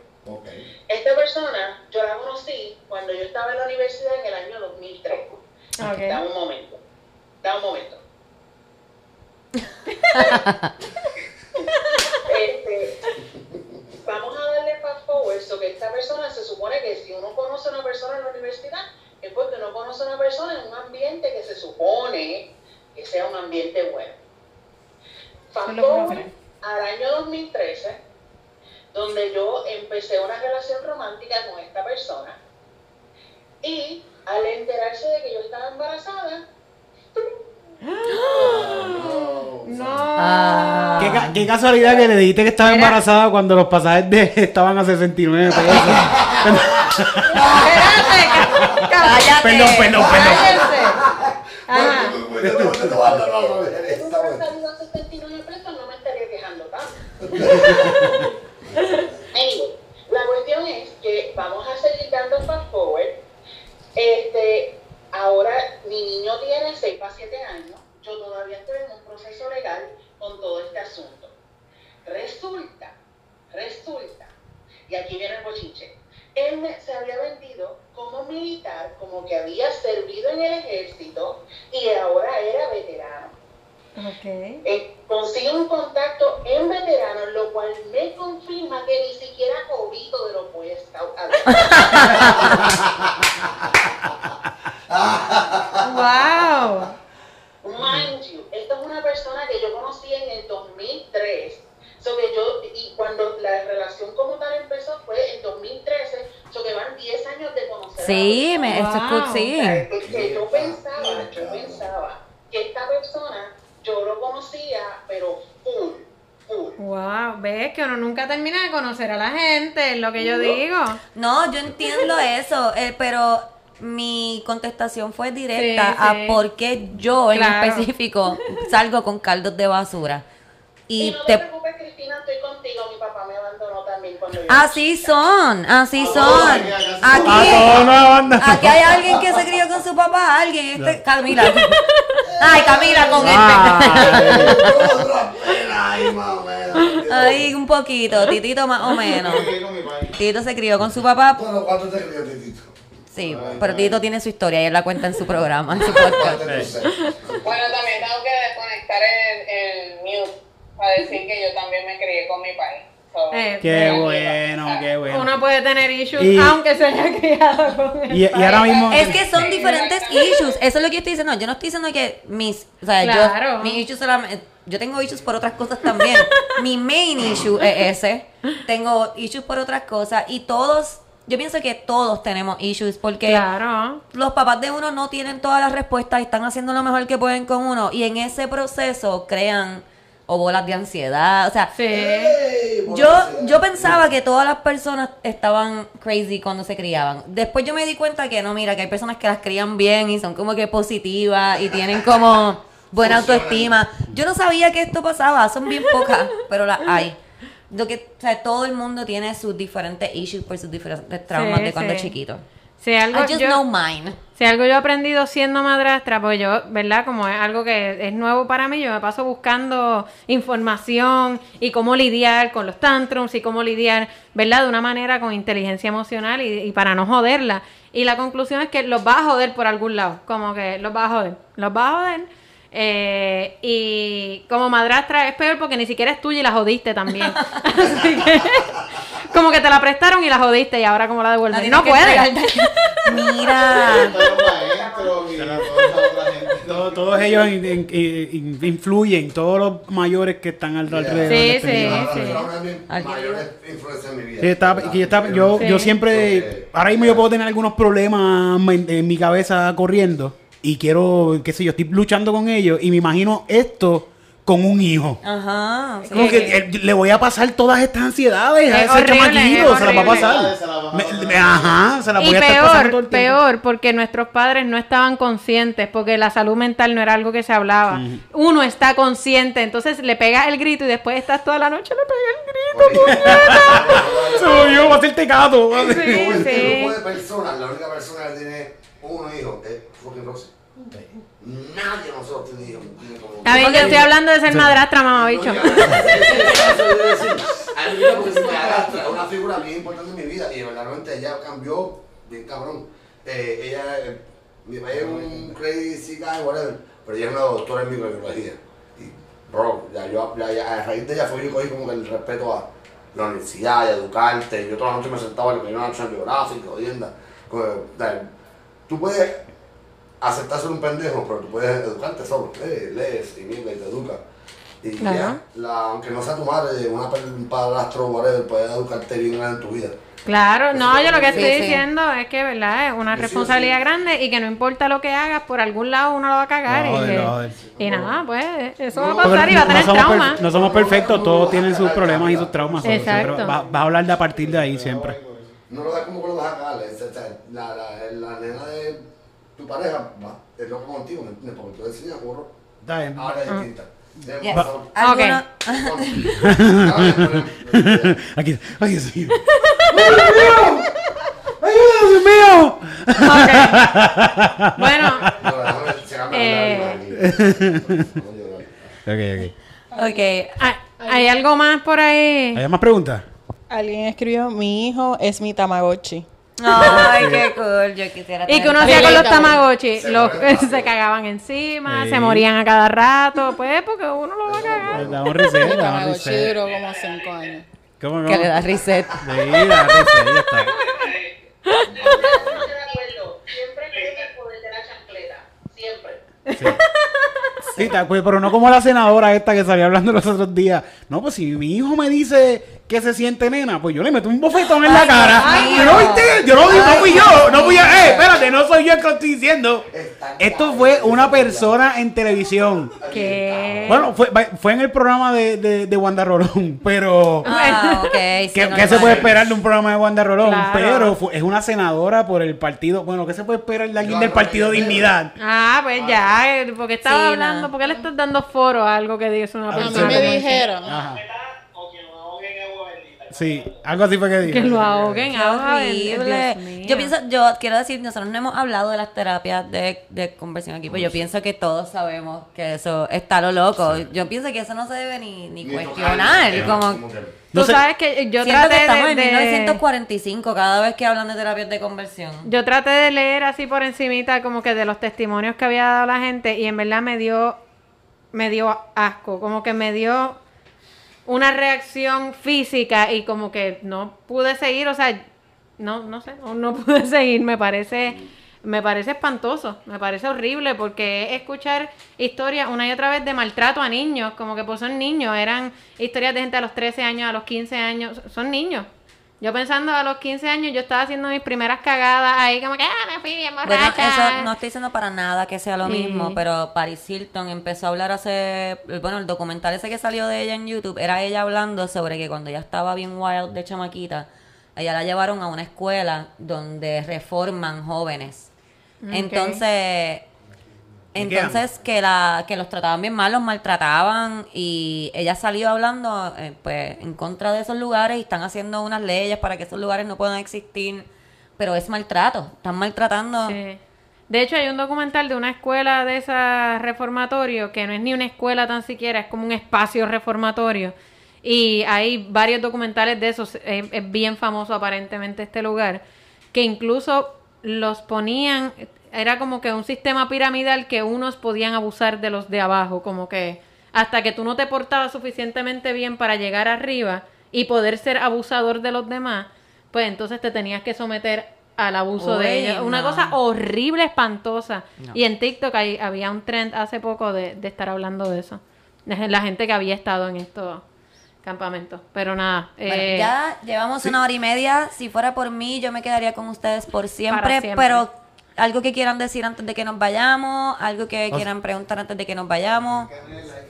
Esta persona, yo la conocí cuando yo estaba en la universidad en el año 2003. Da un momento, da un momento. Este, vamos a darle fast forward, so que esta persona se supone que si uno conoce a una persona en la universidad, es porque uno conoce a una persona en un ambiente que se supone que sea un ambiente bueno. Fast forward al año 2013, donde yo empecé una relación romántica con esta persona y al enterarse de que yo estaba embarazada, Ah. ¿Qué, ca- qué casualidad que le dijiste que estaba embarazada cuando los pasajes de [laughs] estaban a 69 [laughs] pesos. Cállate. Perdón, perdón, perdón. salido a 69 pesos, no me estaría quejando tanto. Anyway, Este, ahora mi niño tiene 6 a 7 años, yo todavía estoy en un proceso legal con todo este asunto. Resulta, resulta, y aquí viene el bochinche, él me- se había vendido como militar, como que había servido en el ejército y ahora era veterano. Ok. Eh, consigue un contacto en veteranos, lo cual me confirma que ni siquiera Cobito de lo puede [laughs] ¡Wow! Mind you, esta es una persona que yo conocí en el 2003. So que yo, y cuando la relación como tal empezó fue en 2013, so que van 10 años de conocer. Sí, me, eso Wow. escu- sí. Es que yo pensaba, yo pensaba que esta persona yo lo conocía, pero full. Wow, ves que uno nunca termina de conocer a la gente, es lo que yo digo. No, yo entiendo eso, eh, pero mi contestación fue directa Sí, sí. a por qué yo en Claro. [laughs] específico salgo con caldos de basura. Y, Y no te te... preocupes, Cristina, estoy contigo. Mi papá me abandonó también cuando yo. Así son, así son. A Ah, toda una Aquí, banda. aquí hay alguien que se crió con su papá, alguien. Este, Camila. Ay, Camila, con este. [laughs] Ay, un poquito, Titito más o menos. Tito se crió con su papá. ¿Cuánto te crió Titito? Sí, pero Tito tiene su historia y él la cuenta en su programa, en su [laughs] podcast. Bueno, también tengo que desconectar el, el mute para decir que yo también me crié con mi país. So, Oh, Eh, Qué bueno, qué bueno. Uno puede tener issues, Y- aunque se haya [laughs] criado con el y- y ahora padre. mismo- Es que son diferentes issues. Eso es lo que yo estoy diciendo. Yo no estoy diciendo que mis. O sea, Claro. yo. Mis issues solamente. Yo tengo issues por otras cosas [laughs] también. Mi main issue es ese. Tengo issues por otras cosas. Y todos. Yo pienso que todos tenemos issues porque. Claro. Los papás de uno no tienen todas las respuestas y están haciendo lo mejor que pueden con uno. Y en ese proceso crean. O bolas de ansiedad. O sea. Yo, yo pensaba que todas las personas estaban crazy cuando se criaban. Después yo me di cuenta que no, mira, que hay personas que las crían bien y son como que positivas y tienen como [laughs] buena autoestima. Yo no sabía que esto pasaba, son bien pocas, pero las hay. Lo que, o sea, todo el mundo tiene sus diferentes issues por sus diferentes traumas Sí, de cuando sí. es chiquito. Si algo I just yo, know mine. Si algo yo he aprendido siendo madrastra, pues yo, ¿verdad? Como es algo que es nuevo para mí, yo me paso buscando información y cómo lidiar con los tantrums y cómo lidiar, ¿verdad? De una manera con inteligencia emocional y, y para no joderla. Y la conclusión es que los va a joder por algún lado, como que los va a joder, los va a joder. Eh, y como madrastra es peor porque ni siquiera es tuya y la jodiste también. [laughs] Así que, como que te la prestaron y la jodiste y ahora como la devuelves. tienes no que puedes. entregar. [laughs] Mira. Todo- todos ellos in- in- in- influyen, todos los mayores que están al- alrededor. de este niño. influencia en mi vida. Sí, está- que yo, estaba- yo, yo siempre, ahora mismo yo puedo tener algunos problemas men- en mi cabeza corriendo y quiero, qué sé yo, estoy luchando con ellos y me imagino esto con un hijo. Ajá. sí. Como que eh, le voy a pasar todas estas ansiedades a Es ese horrible, chamaquito, es se la va a horrible. pasar. Me- ah. me- ajá, se la Y voy a estar pasando todo el peor, tiempo. peor, porque nuestros padres no estaban conscientes, porque la salud mental no era algo que se hablaba. Uno está consciente, entonces le pegas el grito y después estás toda la noche, le [laughs] pegas el grito, Se volvió, va a ser tecado. [laughs] Yo, Sí, Este sí. grupo de personas, la única persona que tiene uno hijo es fucking Roxy. Nadie de nosotros tiene hijo. tiene como- Está bien, yo estoy hablando de ser madrastra, mamabicho. A mí me parece que Arastra es una figura bien importante en mi vida y verdaderamente ella cambió bien cabrón. Eh, ella eh, mi papá es un crazy guy, whatever, pero ella es una doctora en microbiología. Y, bro, ya, yo, ya, ya, a raíz de ella fue que yo cogí como que el respeto a la universidad y a educarte. Yo todas las noches me sentaba en el National Geographic, jodienda. Como, dale, Tú puedes aceptar ser un pendejo, pero tú puedes educarte solo. Eh, lees y mierda y te educas. Y Claro. ya, la- aunque no sea tu madre, una, pe- un padrastro, whatever, puede educarte bien grande en tu vida. Claro, no, yo lo que Sí, estoy sí. diciendo es que, ¿verdad? Es una Sí, sí, responsabilidad sí. grande y que no importa lo que hagas, por algún lado uno lo va a cagar. Lo va a y, joder, que- lo va a joder. y nada, pues eso va a Pero pasar y va a no tener somos per- trauma. no somos perfectos, todos tienen sus problemas y sus traumas. so, siempre Exacto. va- vas a hablar de a partir de ahí siempre. No lo das como que lo vas a cagar. es- es- es- la, la, la nena de tu pareja va, es loca contigo, ¿me entiendes? Porque tú enseñas, burro. Está bien. Ahora es Ah. distinta. Ya Yes. [laughs] pasó. Alguno- [laughs] [laughs] Bueno, Aquí, ay, Dios mío. ¡Ay, Dios mío! ¡Ay, Dios mío! [laughs] Bueno. ok, ok. Ok. ¿Hay algo más por ahí? ¿Hay más preguntas? Alguien escribió, mi hijo es mi Tamagotchi. Ay, qué cool. Yo quisiera Y que uno hacía con los tamagotchi. Los, [laughs] se cagaban encima, se Sí. morían a cada rato. Pues porque uno lo va a cagar. Le damos reset, le damos Tamagotchi reset. duró como cinco años. ¿Cómo no? Que le das reset. Sí, le das reset, ya está. Siempre tiene el poder de la chancleta. Siempre. Sí, tal cual, pero no como la senadora esta que salía hablando los otros días. No, pues si mi hijo me dice que se siente nena, pues yo le meto un bofetón en la cara. ay, yo no no. viste, yo no, no fui Ay, yo, no fui yo. Eh, espérate, no soy yo el que lo estoy diciendo. Esto fue una persona en televisión. ¿Qué? Bueno, fue, fue en el programa de, de, de Wanda Rolón, [laughs] pero... Ah, ok. sí, ¿Qué, no, qué no, se no. puede esperar de un programa de Wanda Rolón? Claro. Pero fu- es una senadora por el partido. Bueno, ¿qué se puede esperar de alguien del partido Dignidad? Ah, pues ya, eh, porque estaba Sí, hablando, nada. porque le estás dando foro a algo que dice una A mí persona. me dijeron. Ajá. Sí, algo así fue que dije. Que lo ahoguen, Qué ahoguen, Dios horrible. mío. Yo pienso, yo quiero decir, nosotros no hemos hablado de las terapias de, de conversión aquí, pero yo pienso que todos sabemos que eso está lo loco. Yo pienso que eso no se debe ni, ni, cuestionar. como, Tú No sé- sabes que yo siento traté que estamos de, en de- 1945 cada vez que hablan de terapias de conversión. Yo traté de leer así por encimita como que de los testimonios que había dado la gente y en verdad me dio me dio asco, como que me dio una reacción física y como que no pude seguir, o sea, no no sé, no, [laughs] no pude seguir, me parece me parece espantoso, me parece horrible porque es escuchar historias una y otra vez de maltrato a niños, como que pues son niños, eran historias de gente a los 13 años, a los 15 años, son niños. Yo pensando a los 15 años, yo estaba haciendo mis primeras cagadas ahí, como que, ah, me fui bien Bueno, borracha. eso no estoy diciendo para nada que sea lo Sí. mismo, pero Paris Hilton empezó a hablar hace, bueno, el documental ese que salió de ella en YouTube, era ella hablando sobre que cuando ella estaba bien wild de chamaquita, ella la llevaron a una escuela donde reforman jóvenes. Entonces, ¿Y qué entonces que la que los trataban bien mal, los maltrataban y ella salió hablando eh, pues en contra de esos lugares y están haciendo unas leyes para que esos lugares no puedan existir, pero es maltrato, están maltratando. Sí. De hecho, hay un documental de una escuela de esa reformatorio, que no es ni una escuela tan siquiera, es como un espacio reformatorio. Y hay varios documentales de esos, es, es bien famoso aparentemente este lugar, que incluso los ponían, era como que un sistema piramidal que unos podían abusar de los de abajo, como que hasta que tú no te portabas suficientemente bien para llegar arriba y poder ser abusador de los demás, pues entonces te tenías que someter al abuso de Uy, ellos. Una no. cosa horrible, espantosa. Y en TikTok hay- había un trend hace poco de, de estar hablando de eso. De la gente que había estado en estos campamentos. Pero nada. Bueno, eh, ya llevamos una hora y media. Si fuera por mí, yo me quedaría con ustedes por siempre, Para siempre. Pero algo que quieran decir antes de que nos vayamos, algo que quieran preguntar antes de que nos vayamos.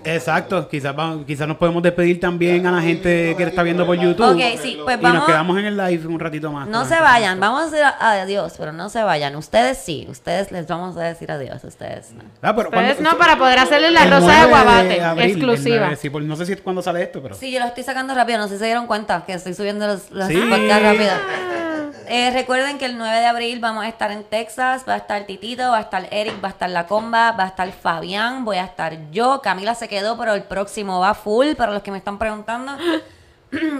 Exacto, quizás vamos- quizás nos podemos despedir también a la gente que está viendo por YouTube. Ok, sí, pues y vamos- nos quedamos en el live un ratito más. No se vayan, vamos a decir a- adiós, pero no se vayan. Ustedes sí, ustedes les vamos a decir adiós, ustedes no. Ah, pero Ustedes cuando- no, para poder hacerle la el rosa de 9 aguabate. abril, el exclusiva. 9, sí, por- no sé si cuándo sale esto, pero. Sí, yo lo estoy sacando rápido, no sé si se dieron cuenta que estoy subiendo los, los Sí. podcasts rápido. Eh, recuerden que el 9 de abril vamos a estar en Texas, va a estar Titito, va a estar Eric, va a estar La Comba, va a estar Fabián, voy a estar yo, Camila se quedó, pero el próximo va full, para los que me están preguntando.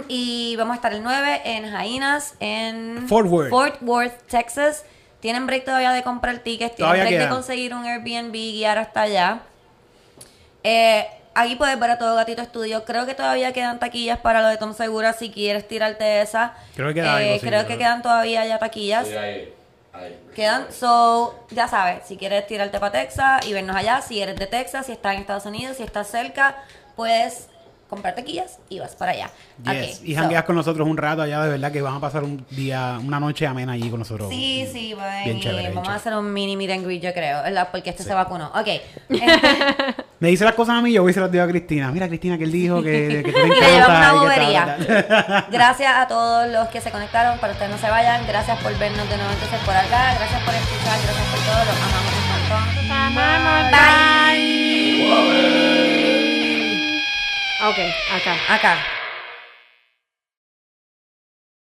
y vamos a estar el 9 en Jainas, en Fort Worth. Fort Worth, Texas. Tienen break todavía de comprar tickets, tienen Todavía break de quedan. conseguir un Airbnb, guiar hasta allá. Eh, aquí puedes ver a todo Gatito Estudio. Creo que todavía quedan taquillas para lo de Tom Segura si quieres tirarte esa. Creo que queda Eh, algo, sí, creo que yo creo. quedan todavía ya taquillas. Quedan, so, ya sabes, si quieres tirarte para Texas y vernos allá, si eres de Texas, si estás en Estados Unidos, si estás cerca, puedes comprar taquillas y vas para allá. Yes. Ok, Y so, jangueas con nosotros un rato allá, de verdad que van a pasar un día, una noche amena allí con nosotros. Sí, sí, ven, Bien y chévere, bien vamos a chévere. hacer un mini meet and greet, yo creo, ¿verdad? Porque este se vacunó. Ok. Me dice las cosas a mí, yo voy y se las digo a Cristina. Mira, Cristina, que él dijo que, que tú le [laughs] Y le llevamos una encanta y que tal, bobería. tal, [laughs] Gracias a todos los que se conectaron. Para ustedes no se vayan. Gracias por vernos de nuevo entonces por acá. Gracias por escuchar. Gracias por todo. Los amamos un montón. Amamos, Bye. bye. Ok, acá. Acá.